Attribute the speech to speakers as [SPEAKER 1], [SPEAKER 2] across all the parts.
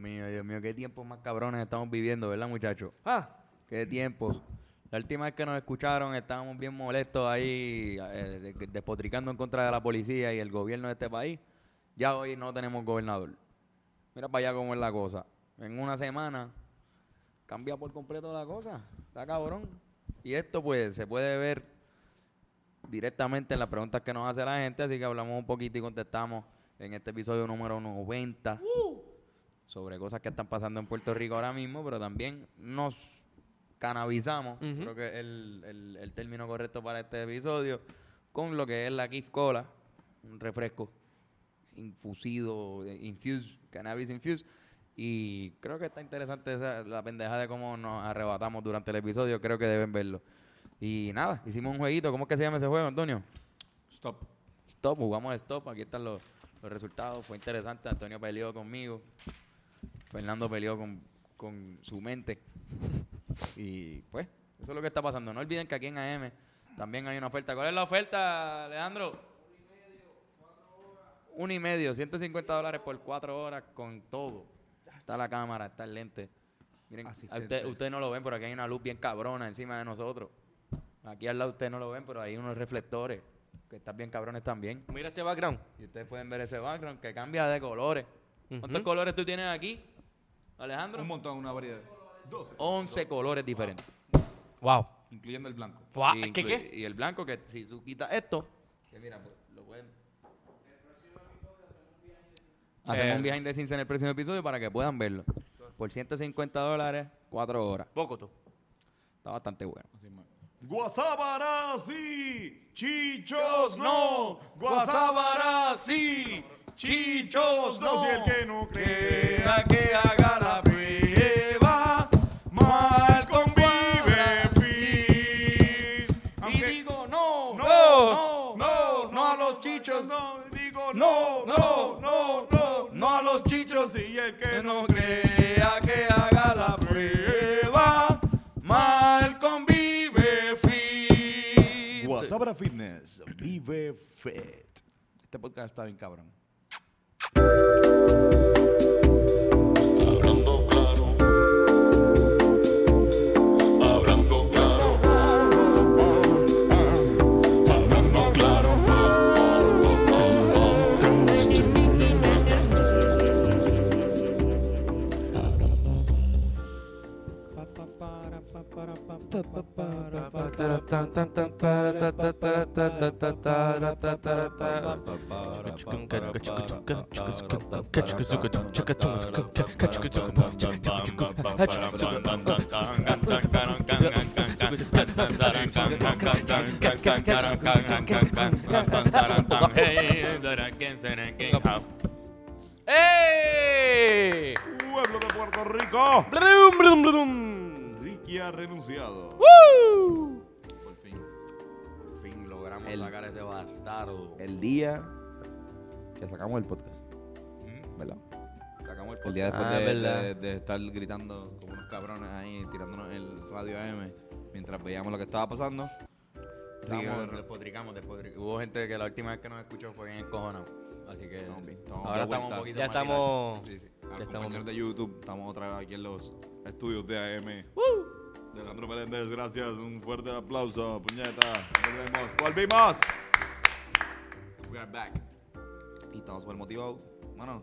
[SPEAKER 1] mío, qué tiempos más cabrones estamos viviendo, ¿verdad, muchachos?
[SPEAKER 2] Ah,
[SPEAKER 1] Qué tiempos. La última vez que nos escucharon estábamos bien molestos ahí, eh, de- de- despotricando en contra de la policía y el gobierno de este país. Ya hoy no tenemos gobernador. Mira para allá cómo es la cosa. En una semana cambia por completo la cosa. Está cabrón. Y esto pues se puede ver directamente en las preguntas que nos hace la gente, así que hablamos un poquito y contestamos en este episodio número 90 sobre cosas que están pasando en Puerto Rico ahora mismo, pero también nos canabizamos,
[SPEAKER 2] Ujú.
[SPEAKER 1] creo que es el, el- el término correcto para este episodio, con lo que es la Kif Cola, un refresco infusido, eh, infused, cannabis infused. Y creo que está interesante esa- la pendeja de cómo nos arrebatamos durante el episodio. Creo que deben verlo. Y nada, hicimos un jueguito. ¿Cómo es que se llama ese juego, Antonio?
[SPEAKER 3] Stop.
[SPEAKER 1] Stop, jugamos stop. Aquí están los, los resultados. Fue interesante. Antonio peleó conmigo. Fernando peleó con, con su mente. Y pues, eso es lo que está pasando. No olviden que aquí en AM también hay una oferta. ¿Cuál es la oferta, Leandro? Un y medio, 150 dólares por cuatro horas con todo. Está la cámara, está el lente. Miren, a usted-
[SPEAKER 3] Asistente.
[SPEAKER 1] ustedes no lo ven, pero aquí hay una luz bien cabrona encima de nosotros. Aquí al lado ustedes no lo ven, pero hay unos reflectores que están bien cabrones también.
[SPEAKER 2] mira este background.
[SPEAKER 1] Y ustedes pueden ver ese background que cambia de colores. ¿Cuántos
[SPEAKER 2] Ujú.
[SPEAKER 1] colores tú tienes aquí, Alejandro?
[SPEAKER 3] Un montón, una variedad. 12.
[SPEAKER 1] 11 colores diferentes.
[SPEAKER 2] Wow.
[SPEAKER 3] Incluyendo el blanco.
[SPEAKER 1] Y
[SPEAKER 2] ¿Qué,
[SPEAKER 1] inclu-
[SPEAKER 2] qué?
[SPEAKER 1] Y el blanco, que si tú quitas esto, que mira, pues, lo pueden. Hacemos
[SPEAKER 2] Eh,
[SPEAKER 1] un behind the scenes en el próximo episodio para que puedan verlo. Por 150 dólares, 4 horas.
[SPEAKER 2] Bocoto.
[SPEAKER 1] Está bastante bueno.
[SPEAKER 3] Así más. Guasábara sí, chichos no. Guasábara sí, chichos no. Si el que no crea que haga la prueba, mal convive fin.
[SPEAKER 1] Y
[SPEAKER 3] Aunque-
[SPEAKER 1] digo, no, no,
[SPEAKER 3] no, no, no a los chichos, no, digo no, no, no, no, no a los chichos y el que no crea que haga la prueba, mal convive fit. WhatsApp Fitness, vive fit. Este podcast está bien cabrón.
[SPEAKER 4] Hablando claro. Hablando claro. Hablando claro.
[SPEAKER 2] ¡Ey!
[SPEAKER 3] Pueblo de Puerto Rico.
[SPEAKER 2] Blum, blum, blum.
[SPEAKER 3] Ricky ha renunciado.
[SPEAKER 2] ¡Woo!
[SPEAKER 3] Por fin.
[SPEAKER 1] Por fin logramos
[SPEAKER 3] El-
[SPEAKER 1] sacar ese bastardo.
[SPEAKER 3] El día que sacamos el podcast,
[SPEAKER 1] Mm,
[SPEAKER 3] ¿verdad?
[SPEAKER 1] Sacamos el
[SPEAKER 3] El día después
[SPEAKER 2] Ah,
[SPEAKER 3] de,
[SPEAKER 2] verdad.
[SPEAKER 3] de- de estar gritando como unos cabrones ahí, tirándonos el radio AM, mientras veíamos lo que estaba pasando.
[SPEAKER 1] Estamos-
[SPEAKER 3] Ricardo-
[SPEAKER 1] Despotricamos, despotricamos. Hubo gente que la última vez que nos escuchó fue en el cojonado. Así que
[SPEAKER 3] Estamos bien, estamos
[SPEAKER 1] ahora
[SPEAKER 3] de
[SPEAKER 1] estamos
[SPEAKER 3] vuelta.
[SPEAKER 1] un poquito
[SPEAKER 2] Ya
[SPEAKER 1] más
[SPEAKER 2] estamos-
[SPEAKER 1] relax. Sí, sí.
[SPEAKER 3] A
[SPEAKER 2] Ya
[SPEAKER 3] los
[SPEAKER 2] estamos.
[SPEAKER 3] compañeros de YouTube, estamos otra vez aquí en los estudios de AM. De Leandro Meléndez, gracias. Un fuerte aplauso, puñeta. Volvemos, volvimos. We are back. Y estamos súper motivados. Mano,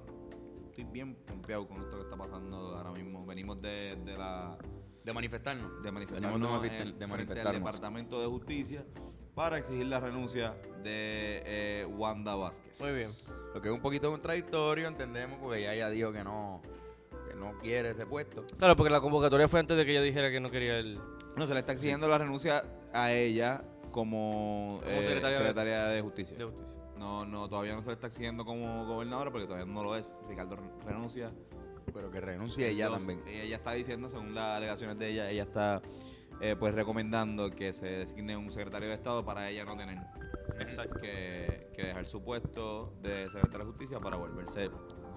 [SPEAKER 3] estoy bien pompeado con esto que está pasando ahora mismo. Venimos de, de la
[SPEAKER 1] De manifestarnos.
[SPEAKER 3] de
[SPEAKER 1] Venimos
[SPEAKER 3] manifestarnos
[SPEAKER 1] de,
[SPEAKER 3] en
[SPEAKER 1] manifestar- de
[SPEAKER 3] frente al
[SPEAKER 1] manifestarnos.
[SPEAKER 3] Departamento de Justicia para exigir la renuncia de eh, Wanda Vázquez.
[SPEAKER 2] Muy bien.
[SPEAKER 1] Lo que es un poquito contradictorio, entendemos, porque ya ella dijo que no, que no quiere ese puesto.
[SPEAKER 2] Claro, porque la convocatoria fue antes de que ella dijera que no quería el...
[SPEAKER 3] No, se le está exigiendo la renuncia a ella como, eh,
[SPEAKER 2] secretaria
[SPEAKER 3] secretaria,
[SPEAKER 2] de-
[SPEAKER 3] de Justicia.
[SPEAKER 2] de justicia.
[SPEAKER 3] No, no, todavía no se le está exigiendo como gobernadora porque todavía no lo es. Ricardo re- renuncia.
[SPEAKER 1] Pero que renuncie ella
[SPEAKER 3] Los-
[SPEAKER 1] también.
[SPEAKER 3] Ella está diciendo, según las alegaciones de ella, ella está eh, pues recomendando que se designe un secretario de Estado para ella no tener
[SPEAKER 2] Exacto.
[SPEAKER 3] que, que dejar su puesto de secretaria de Justicia para volverse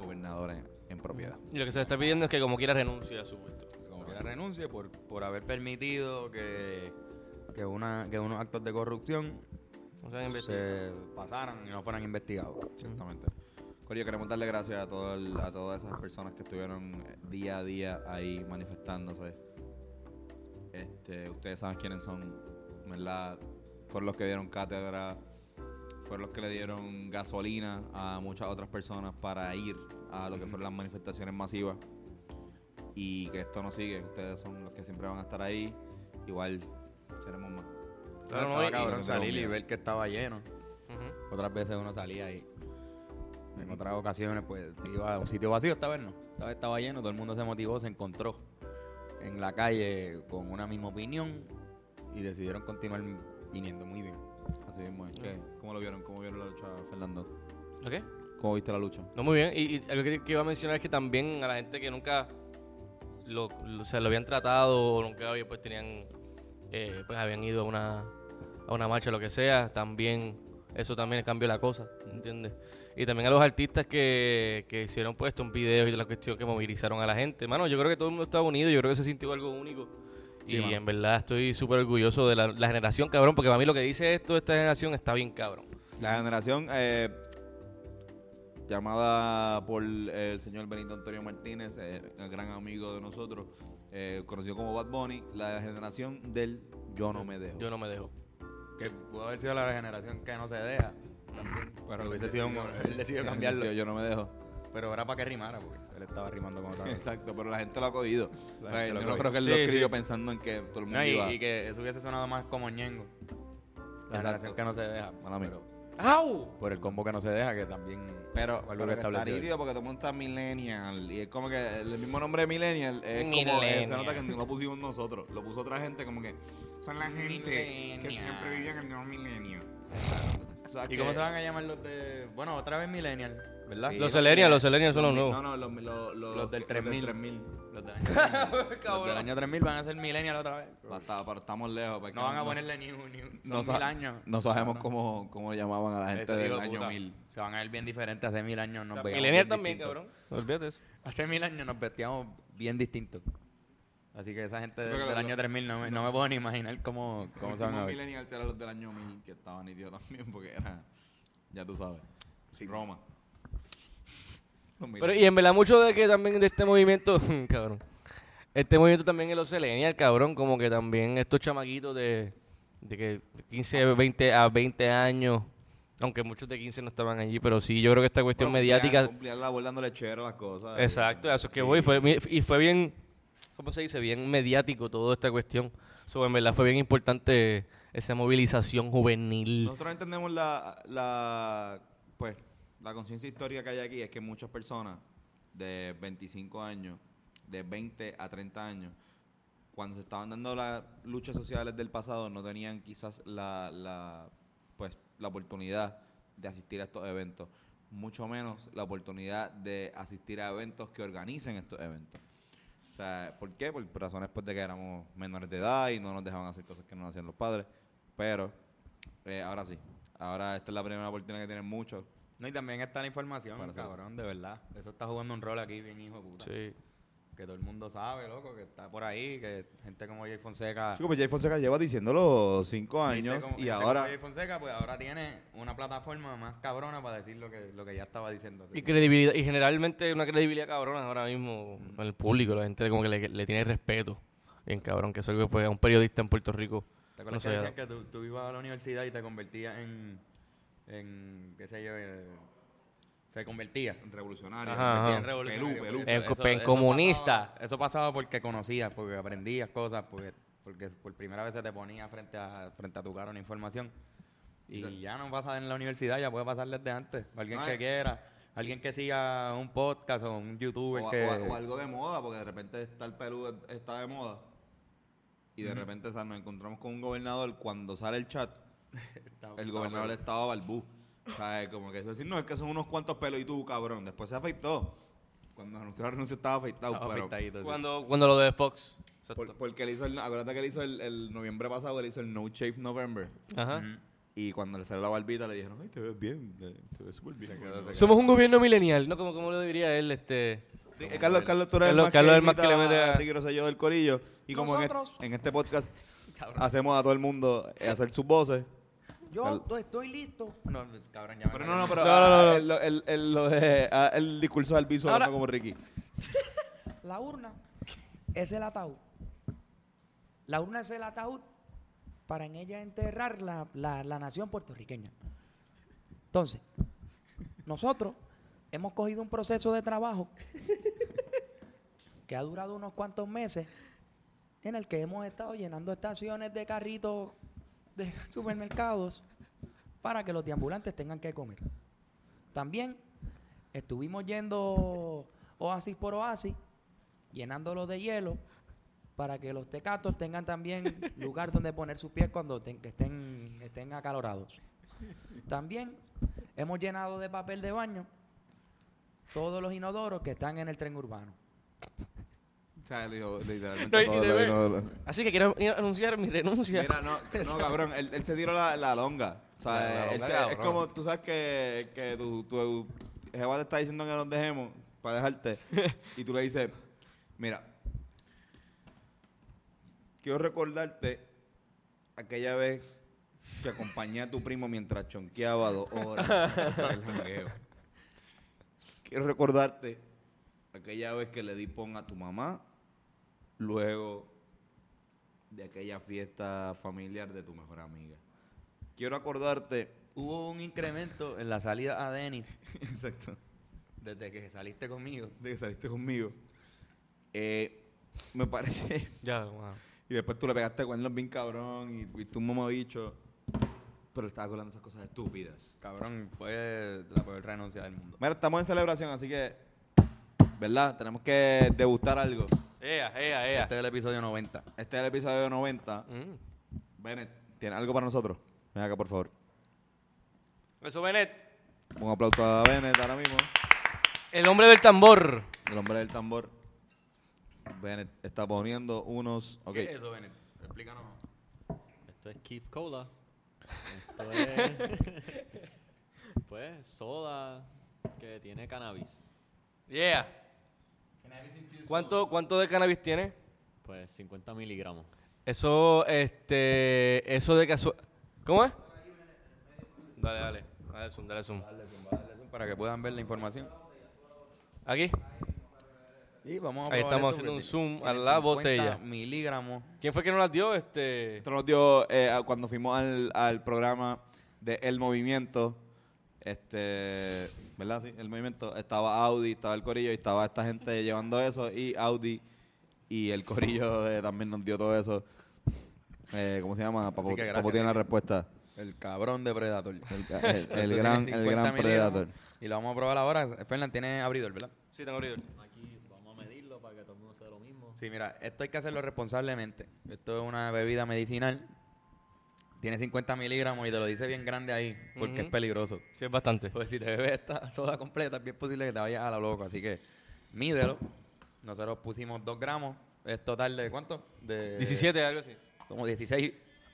[SPEAKER 3] gobernadora en, en propiedad.
[SPEAKER 2] Y lo que se le está pidiendo es que como quiera renuncie a su puesto.
[SPEAKER 1] Como que la renuncie por, por haber permitido que, que, una, que unos actos de corrupción
[SPEAKER 2] No se van a investigar.
[SPEAKER 1] se pasaran y no fueran investigados.
[SPEAKER 3] Exactamente. Corillo, queremos darle gracias a, todo el- a todas esas personas que estuvieron día a día ahí manifestándose. Este, ustedes saben quiénes son, ¿verdad? Fueron los que dieron cátedra, fueron los que le dieron gasolina a muchas otras personas para ir a lo que fueron las manifestaciones masivas. Y que esto nos sigue, ustedes son los que siempre van a estar ahí. Igual seremos más.
[SPEAKER 2] Claro, no,
[SPEAKER 1] estaba
[SPEAKER 2] y-
[SPEAKER 1] cabrón
[SPEAKER 3] y-
[SPEAKER 1] salir y ver que estaba lleno.
[SPEAKER 2] Ujú.
[SPEAKER 1] Otras veces uno salía y en otras ocasiones pues iba a un sitio vacío, esta vez no. Esta vez estaba lleno, todo el mundo se motivó, se encontró en la calle con una misma opinión y decidieron continuar viniendo muy bien.
[SPEAKER 3] Así mismo es. ¿Qué? ¿Cómo lo vieron? ¿Cómo vieron la lucha, Fernando?
[SPEAKER 2] ¿Lo qué?
[SPEAKER 3] ¿Cómo viste la lucha?
[SPEAKER 2] No, muy bien. Y, y algo que, que iba a mencionar es que también a la gente que nunca lo, lo- o sea, lo habían tratado o nunca había, pues tenían, eh, pues habían ido a una, a una marcha o lo que sea, también, eso también cambió la cosa, ¿entiendes? Y también a los artistas que, que hicieron pues un video y la cuestión que movilizaron a la gente. Mano, yo creo que todo el mundo estaba unido, yo creo que se sintió algo único.
[SPEAKER 1] Sí,
[SPEAKER 2] y
[SPEAKER 1] mano.
[SPEAKER 2] en verdad estoy súper orgulloso de la, la generación, cabrón, porque para mí lo que dice esto, esta generación, está bien, cabrón.
[SPEAKER 3] La generación eh, llamada por el señor Benito Antonio Martínez, eh, el gran amigo de nosotros, eh, conocido como Bad Bunny, la generación del yo no me dejo.
[SPEAKER 2] Yo no me dejo.
[SPEAKER 1] Que pudo haber sido la generación que no se deja. Pero hubiese sido un- él decidió cambiarlo.
[SPEAKER 3] Yo no me dejo.
[SPEAKER 1] Pero era para que rimara, porque él estaba rimando con otra cosa.
[SPEAKER 3] Exacto, pero la gente lo ha cogido.
[SPEAKER 1] La
[SPEAKER 3] O sea,
[SPEAKER 1] gente lo
[SPEAKER 3] yo
[SPEAKER 1] ha
[SPEAKER 3] no creo que él
[SPEAKER 2] cogido.
[SPEAKER 3] lo
[SPEAKER 2] Sí,
[SPEAKER 3] escribió
[SPEAKER 2] sí.
[SPEAKER 3] pensando en que todo el mundo
[SPEAKER 1] No, y,
[SPEAKER 3] iba.
[SPEAKER 1] y que eso hubiese sonado más como ñengo. La
[SPEAKER 3] Exacto.
[SPEAKER 1] generación que no se deja.
[SPEAKER 3] Mala mía.
[SPEAKER 1] pero
[SPEAKER 2] ¡Au!
[SPEAKER 1] por el combo que no se deja, que también.
[SPEAKER 3] Pero,
[SPEAKER 1] fue algo
[SPEAKER 3] pero
[SPEAKER 1] que
[SPEAKER 3] que está
[SPEAKER 1] estableció él.
[SPEAKER 3] nítido porque todo el mundo está millennial. Y es como que el mismo nombre de millennial es como... eh, se
[SPEAKER 2] Millennial.
[SPEAKER 3] nota que no lo pusimos nosotros. Lo puso otra gente como que... Son la gente que siempre vive en el nuevo milenio. O sea,
[SPEAKER 1] ¿Y
[SPEAKER 3] que-
[SPEAKER 1] cómo se van a llamar los de. Bueno, otra vez Millennial, ¿verdad?
[SPEAKER 3] Sí,
[SPEAKER 2] Los Elenias, los Elenias son los
[SPEAKER 3] mil-
[SPEAKER 2] nuevos.
[SPEAKER 3] No, no, los, los, los,
[SPEAKER 1] Los del 3000. Los del año 3000. Los del
[SPEAKER 2] Cabrón.
[SPEAKER 1] año 3000 van a ser Millennial otra vez.
[SPEAKER 3] Basta, pero estamos lejos. pues, porque
[SPEAKER 1] No van a ponerle ni un. Ni un. Son
[SPEAKER 3] no, sa-
[SPEAKER 1] mil años.
[SPEAKER 3] no sabemos
[SPEAKER 1] No.
[SPEAKER 3] Cómo, cómo llamaban a la gente
[SPEAKER 1] Eso
[SPEAKER 3] del
[SPEAKER 1] digo,
[SPEAKER 3] año
[SPEAKER 1] puta,
[SPEAKER 3] 1000.
[SPEAKER 1] Se van a ver bien diferentes hace mil años. Nos veíamos
[SPEAKER 2] Millennial
[SPEAKER 1] bien
[SPEAKER 2] también,
[SPEAKER 1] distintos.
[SPEAKER 2] cabrón. Olvídate eso.
[SPEAKER 1] Hace mil años nos vestíamos bien distintos. Así que esa gente
[SPEAKER 3] Sí,
[SPEAKER 1] de-
[SPEAKER 3] porque
[SPEAKER 1] del
[SPEAKER 3] los-
[SPEAKER 1] año 3000 no me, no me puedo ni imaginar cómo, cómo se van a
[SPEAKER 3] Los
[SPEAKER 1] ver.
[SPEAKER 3] millennials eran los del año 1000 que estaban idiotas también porque era... Ya tú sabes. Roma. Los
[SPEAKER 2] Pero,
[SPEAKER 3] millennials.
[SPEAKER 2] y en verdad, mucho de que también de este movimiento, cabrón. Este movimiento también es los Selenial, cabrón. Como que también estos chamaquitos de, de que 15, 20 a 20 años. Aunque muchos de 15 no estaban allí, pero sí, yo creo que esta cuestión
[SPEAKER 3] Pero
[SPEAKER 2] mediática.
[SPEAKER 3] cumplían- cumplían la voz dándole chévere a las cosas.
[SPEAKER 2] Exacto, a eso es que
[SPEAKER 3] Sí.
[SPEAKER 2] voy. Fue, mi- y fue bien, ¿cómo se dice? Bien mediático toda esta cuestión. So, en verdad fue bien importante esa movilización juvenil.
[SPEAKER 3] Nosotros entendemos la, la pues la conciencia histórica que hay aquí es que muchas personas de 25 años, de 20 a 30 años, cuando se estaban dando las luchas sociales del pasado no tenían quizás la, la pues la oportunidad de asistir a estos eventos, mucho menos la oportunidad de asistir a eventos que organicen estos eventos. O sea, ¿por qué? Por razones pues, de que éramos menores de edad y no nos dejaban hacer cosas que no hacían los padres. Pero eh, ahora sí. Ahora esta es la primera oportunidad que tienen muchos.
[SPEAKER 1] No, y también está la información,
[SPEAKER 3] Para hacer eso.
[SPEAKER 1] cabrón, de verdad. Eso está jugando un rol aquí bien hijo de puta.
[SPEAKER 2] Sí.
[SPEAKER 1] Que todo el mundo sabe, loco, que está por ahí, que gente como Jay Fonseca...
[SPEAKER 3] pues Jay Fonseca lleva diciéndolo cinco
[SPEAKER 1] gente como- gente como Jay Fonseca, pues ahora tiene una plataforma más cabrona para decir lo que, lo que ya estaba diciendo. así
[SPEAKER 2] Y
[SPEAKER 1] que-
[SPEAKER 2] credibilidad, y generalmente una credibilidad cabrona ahora mismo en el público, la gente como que le, le tiene respeto. Bien cabrón, que es algo pues a un periodista en Puerto Rico.
[SPEAKER 1] ¿Te
[SPEAKER 2] no
[SPEAKER 1] acuerdas
[SPEAKER 2] se
[SPEAKER 1] que
[SPEAKER 2] le da.
[SPEAKER 1] decían que tú, tú ibas a la universidad y te convertías en... en qué sé yo... eh, te convertías.
[SPEAKER 3] Revolucionario.
[SPEAKER 2] Ajá, ajá.
[SPEAKER 1] en revolucionario,
[SPEAKER 3] Pelú,
[SPEAKER 1] pues,
[SPEAKER 3] pelú.
[SPEAKER 1] eso-
[SPEAKER 2] En-
[SPEAKER 1] eso-
[SPEAKER 2] en
[SPEAKER 1] eso
[SPEAKER 2] comunista.
[SPEAKER 1] pasaba- eso pasaba porque conocías, porque aprendías cosas, porque, porque por primera vez se te ponía frente a, frente a tu cara una información. Y
[SPEAKER 3] Exacto.
[SPEAKER 1] ya no pasa en la universidad, ya puede pasar desde antes. Alguien
[SPEAKER 3] No,
[SPEAKER 1] que
[SPEAKER 3] eh.
[SPEAKER 1] quiera, alguien que siga un podcast o un
[SPEAKER 3] O,
[SPEAKER 1] youtuber
[SPEAKER 3] o-
[SPEAKER 1] que...
[SPEAKER 3] o algo de moda, porque de repente está el Perú, de- está de moda. Y de repente o sea, nos encontramos con un gobernador. Cuando sale el chat,
[SPEAKER 1] Está-
[SPEAKER 3] el
[SPEAKER 1] está
[SPEAKER 3] gobernador
[SPEAKER 1] bueno.
[SPEAKER 3] estaba barbú. O sea, es como que eso decir, no, es que son unos cuantos pelos y tú, cabrón. Después se afeitó. Cuando anunció la renuncia estaba afeitado.
[SPEAKER 1] Estaba
[SPEAKER 3] pero-
[SPEAKER 1] afeitadito, sí.
[SPEAKER 2] Cuando, cuando lo de Fox.
[SPEAKER 3] por-
[SPEAKER 2] Exacto.
[SPEAKER 3] porque él hizo el, acuérdate que él hizo el, el noviembre pasado, él hizo el No Shave November.
[SPEAKER 2] Ajá.
[SPEAKER 3] Y cuando le salió la barbita le dijeron, ay, te ves bien, te, te ves súper bien.
[SPEAKER 1] quedó, se
[SPEAKER 2] Somos un gobierno milenial, ¿no? Como, como lo diría él, este...
[SPEAKER 3] Sí, eh, Carlos, Carlos, tú eres el
[SPEAKER 2] Carlos-
[SPEAKER 3] más
[SPEAKER 2] Carlos
[SPEAKER 3] que
[SPEAKER 2] es el más que le
[SPEAKER 3] imita
[SPEAKER 2] mete a-
[SPEAKER 3] a Ricky Rosselló del corillo. Y como en, est- en este podcast hacemos a todo el mundo eh, hacer sus voces,
[SPEAKER 1] Yo
[SPEAKER 3] Tal-
[SPEAKER 1] to- estoy listo. No, cabrón, ya me
[SPEAKER 3] Pero
[SPEAKER 1] salió.
[SPEAKER 3] no, no, pero.
[SPEAKER 2] No, no, no,
[SPEAKER 3] ah,
[SPEAKER 2] no.
[SPEAKER 3] El, el- el- lo de, ah, el discurso del piso
[SPEAKER 2] Ahora-
[SPEAKER 3] hablando como Ricky.
[SPEAKER 1] La urna es el ataúd. La urna es el ataúd para en ella enterrar la, la- la nación puertorriqueña. Entonces, nosotros hemos cogido un proceso de trabajo que ha durado unos cuantos meses en el que hemos estado llenando estaciones de carritos de supermercados para que los deambulantes tengan que comer. También estuvimos yendo oasis por oasis, llenándolo de hielo para que los tecatos tengan también lugar donde poner sus pies cuando ten- que estén, estén acalorados. También hemos llenado de papel de baño todos los inodoros que están en el tren urbano.
[SPEAKER 3] O sea, el inodoro,
[SPEAKER 2] No,
[SPEAKER 3] literalmente
[SPEAKER 2] y- y
[SPEAKER 3] todo
[SPEAKER 2] de
[SPEAKER 3] lo
[SPEAKER 2] ver-
[SPEAKER 3] inodoro.
[SPEAKER 2] Así que quiero anunciar mi renuncia.
[SPEAKER 3] Mira, no, no cabrón, él, él se tiró la, la longa. O sea,
[SPEAKER 2] La- la
[SPEAKER 3] él
[SPEAKER 2] longa,
[SPEAKER 3] se- es
[SPEAKER 2] cabrón.
[SPEAKER 3] como, tú sabes que, que tu, tu Jehová te está diciendo que nos dejemos para dejarte. y tú le dices, mira, quiero recordarte aquella vez que acompañé a tu primo mientras chonqueaba dos horas para pasar el jangueo. Quiero recordarte aquella vez que le di pon a tu mamá, luego de aquella fiesta familiar de tu mejor amiga. Quiero acordarte.
[SPEAKER 1] Hubo un incremento en la salida a Denis
[SPEAKER 3] Exacto.
[SPEAKER 1] desde que saliste conmigo.
[SPEAKER 3] De que saliste conmigo. Eh, me parece.
[SPEAKER 2] Ya, wow.
[SPEAKER 3] Y después tú le pegaste cuernos bien cabrón y fuiste un mamabicho. Pero estabas colando esas cosas estúpidas.
[SPEAKER 1] Cabrón, fue la peor renuncia del mundo.
[SPEAKER 3] Mira, estamos en celebración, así que. ¿Verdad? Tenemos que degustar algo.
[SPEAKER 2] Ea, ea, ea.
[SPEAKER 1] Este es el episodio 90.
[SPEAKER 3] Este es el episodio 90.
[SPEAKER 2] Mm.
[SPEAKER 3] Bennett, ¿tiene algo para nosotros? Ven acá, por favor.
[SPEAKER 2] Eso, Benet.
[SPEAKER 3] Un aplauso a Bennett ahora mismo.
[SPEAKER 2] El hombre del tambor.
[SPEAKER 3] El hombre del tambor. Bennett está poniendo unos. Ok.
[SPEAKER 1] ¿Qué es eso, Benet? Explícanos.
[SPEAKER 5] Esto es Keep Cola. Esto es. pues, soda que tiene cannabis.
[SPEAKER 2] Yeah. ¿Cuánto, ¿Cuánto de cannabis tiene?
[SPEAKER 5] Pues 50 miligramos.
[SPEAKER 2] Eso, este, eso de casual... ¿Cómo es? Dale, dale, dale zoom, dale zoom.
[SPEAKER 1] Para que puedan ver la información.
[SPEAKER 2] Aquí.
[SPEAKER 1] Y vamos probar
[SPEAKER 2] Ahí estamos
[SPEAKER 1] esto,
[SPEAKER 2] haciendo
[SPEAKER 1] que
[SPEAKER 2] un
[SPEAKER 1] ti-
[SPEAKER 2] zoom
[SPEAKER 1] tiene
[SPEAKER 2] a la
[SPEAKER 1] 50
[SPEAKER 2] botella.
[SPEAKER 1] miligramos.
[SPEAKER 2] ¿Quién fue que nos las dio? Este,
[SPEAKER 3] Esto nos dio eh, a- cuando fuimos al, al programa de El Movimiento. Este, ¿verdad? Sí, El Movimiento. Estaba Audi, estaba el Corillo y estaba esta gente llevando eso. Y Audi y el Corillo eh, también nos dio todo eso. Eh, ¿Cómo se llama? Papo,
[SPEAKER 1] que gracias,
[SPEAKER 3] Papo tiene la
[SPEAKER 1] Miguel.
[SPEAKER 3] respuesta.
[SPEAKER 1] El cabrón de Predator.
[SPEAKER 3] El, el- el
[SPEAKER 1] Tiene
[SPEAKER 3] gran, el
[SPEAKER 1] 50
[SPEAKER 3] gran
[SPEAKER 1] miligramos
[SPEAKER 3] Predator.
[SPEAKER 1] Y lo vamos a probar ahora. Fernan tiene abridor, ¿verdad?
[SPEAKER 2] sí, tengo abridor.
[SPEAKER 5] Aquí vamos a medirlo para que todo el mundo sea lo mismo.
[SPEAKER 1] Sí, mira, esto hay que hacerlo responsablemente. Esto es una bebida medicinal. Tiene 50 miligramos y te lo dice bien grande ahí, porque
[SPEAKER 2] Ujú.
[SPEAKER 1] es peligroso.
[SPEAKER 2] Sí, es bastante.
[SPEAKER 1] Pues si te bebes esta soda completa, es bien posible que te vayas a la loca. Así que mídelo. Nosotros pusimos 2 gramos. Es total de cuánto? De
[SPEAKER 2] 17, algo así.
[SPEAKER 1] Como 16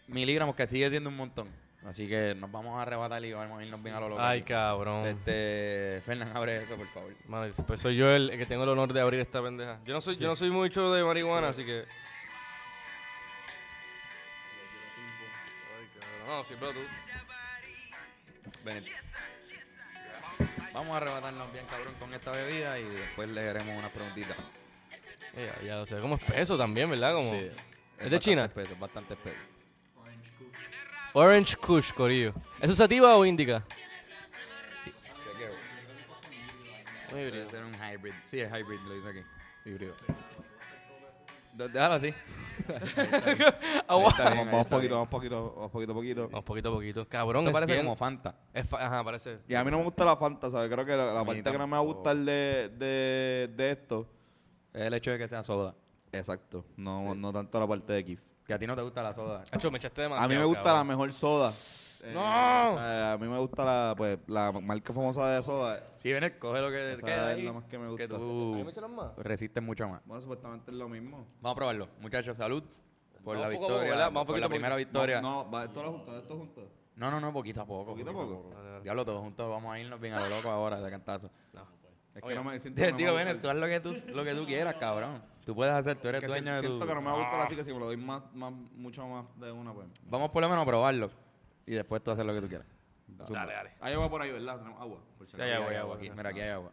[SPEAKER 1] miligramos, que sigue siendo un montón. Así que nos vamos a arrebatar y vamos a irnos bien a lo loco.
[SPEAKER 2] Ay,
[SPEAKER 1] aquí.
[SPEAKER 2] cabrón.
[SPEAKER 1] Este, Fernán, abre eso, por favor.
[SPEAKER 2] Madre, pues soy yo el, el que tengo el honor de abrir esta pendeja. Yo no soy, yo no soy mucho de marihuana, así que... Ay, cabrón. No, siempre tú.
[SPEAKER 1] Ven. Vamos a arrebatarnos bien, cabrón, con esta bebida y después le haremos unas preguntitas.
[SPEAKER 2] Eh, Ya, ya, o sea, como espeso también, ¿verdad? Como... ¿Es de
[SPEAKER 1] bastante
[SPEAKER 2] China?
[SPEAKER 1] espeso, es bastante espeso.
[SPEAKER 2] Orange Kush, corillo. ¿Eso es sativa o indica?
[SPEAKER 1] Muy híbrido. ser un hybrid. Sí, es hybrid, lo dice aquí. Híbrido. De- Déjalo así.
[SPEAKER 2] Agua. Ah,
[SPEAKER 1] Está bien,
[SPEAKER 3] Vamos, vamos
[SPEAKER 1] está
[SPEAKER 3] poquito,
[SPEAKER 1] bien.
[SPEAKER 3] vamos poquito, vamos poquito, poquito.
[SPEAKER 2] Vamos poquito a poquito. Cabrón,
[SPEAKER 1] Esto
[SPEAKER 2] es
[SPEAKER 1] parece
[SPEAKER 2] bien-
[SPEAKER 1] como Fanta.
[SPEAKER 2] es fa- Ajá, parece.
[SPEAKER 3] Y a mí no me gusta la Fanta, ¿sabes? Creo que la, la
[SPEAKER 1] A mí
[SPEAKER 3] parte que no me va a
[SPEAKER 1] tampoco.
[SPEAKER 3] gustar de, de, de esto.
[SPEAKER 1] Es el hecho de que sea soda.
[SPEAKER 3] Exacto. No, no tanto la parte de Kif.
[SPEAKER 1] Que a ti no te gusta la soda.
[SPEAKER 2] Acho, me echaste demasiado.
[SPEAKER 3] A mí me gusta la
[SPEAKER 2] cabrón.
[SPEAKER 3] mejor soda. Eh,
[SPEAKER 2] ¡No!
[SPEAKER 3] o sea, a mí me gusta la, pues, la marca famosa de soda.
[SPEAKER 1] Sí, ven, coge lo que
[SPEAKER 3] Esa
[SPEAKER 1] queda
[SPEAKER 3] es
[SPEAKER 1] ahí,
[SPEAKER 3] la más que me gusta.
[SPEAKER 2] ¿A mí
[SPEAKER 1] tú
[SPEAKER 2] me echaron más?
[SPEAKER 1] resistes mucho más.
[SPEAKER 3] Bueno, supuestamente es lo mismo.
[SPEAKER 1] Vamos a probarlo. Muchachos, salud por la
[SPEAKER 2] Vamos poco a poco,
[SPEAKER 1] victoria.
[SPEAKER 2] ¿verdad? Vamos
[SPEAKER 1] por
[SPEAKER 2] poquito
[SPEAKER 1] la
[SPEAKER 2] a poquito.
[SPEAKER 1] primera victoria.
[SPEAKER 3] No, no, va, esto lo junto, esto junto.
[SPEAKER 1] No, no, no, poquito a poco.
[SPEAKER 3] Poquito a poco.
[SPEAKER 1] Diablo, todos juntos vamos a irnos bien a lo loco ahora, de cantazo.
[SPEAKER 3] Es que
[SPEAKER 2] Oye,
[SPEAKER 3] no me siento que no me
[SPEAKER 1] Digo,
[SPEAKER 3] va a
[SPEAKER 1] ven, tú
[SPEAKER 3] gustar.
[SPEAKER 1] haz lo que tú, lo que tú quieras, cabrón. Tú puedes hacer, tú eres
[SPEAKER 3] Que si-
[SPEAKER 1] dueño de tu... Ah.
[SPEAKER 3] siento que no me va a gustar, así que si me lo doy más, más, mucho más de una, pues.
[SPEAKER 1] Vamos por lo menos a probarlo. Y después tú haces lo que tú quieras. Zumba.
[SPEAKER 2] Dale, dale.
[SPEAKER 3] Hay agua por ahí, ¿verdad? Tenemos agua. Por si
[SPEAKER 2] Sí, hay
[SPEAKER 3] acaso.
[SPEAKER 2] agua, hay agua.
[SPEAKER 1] Aquí, mira, aquí hay agua.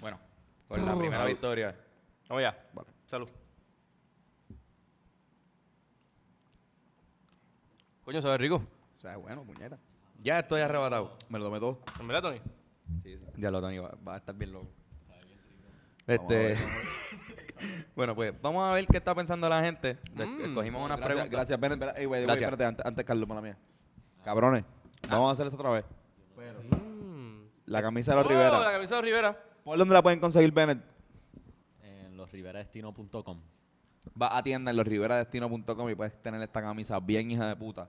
[SPEAKER 1] Bueno, por la primera victoria.
[SPEAKER 2] Vamos allá.
[SPEAKER 3] Vale.
[SPEAKER 2] Salud. Coño, sabe rico.
[SPEAKER 1] O sea, bueno, puñeta. Ya estoy arrebatado.
[SPEAKER 3] Me lo tomé todo.
[SPEAKER 2] ¿En verdad, Tony?
[SPEAKER 1] Ya lo, Tony, va, va a estar bien loco. Este. bueno, pues vamos a ver qué está pensando la gente. Le-
[SPEAKER 2] Mm.
[SPEAKER 1] Escogimos unas
[SPEAKER 3] Gracias,
[SPEAKER 1] preguntas.
[SPEAKER 3] gracias. Ven, espera, ey, güey, güey,
[SPEAKER 1] Gracias. Ah.
[SPEAKER 3] espérate, antes, antes, Carlos, mala mía. Cabrones, vamos a hacer esto otra vez.
[SPEAKER 2] Mm.
[SPEAKER 3] La camisa de los
[SPEAKER 2] Oh, La
[SPEAKER 3] Rivera.
[SPEAKER 2] camisa de los Rivera.
[SPEAKER 3] ¿Por dónde la pueden conseguir, Bennett?
[SPEAKER 5] En losriveradestino.com.
[SPEAKER 3] Va a tienda en losriveradestino.com y puedes tener esta camisa bien hija de puta.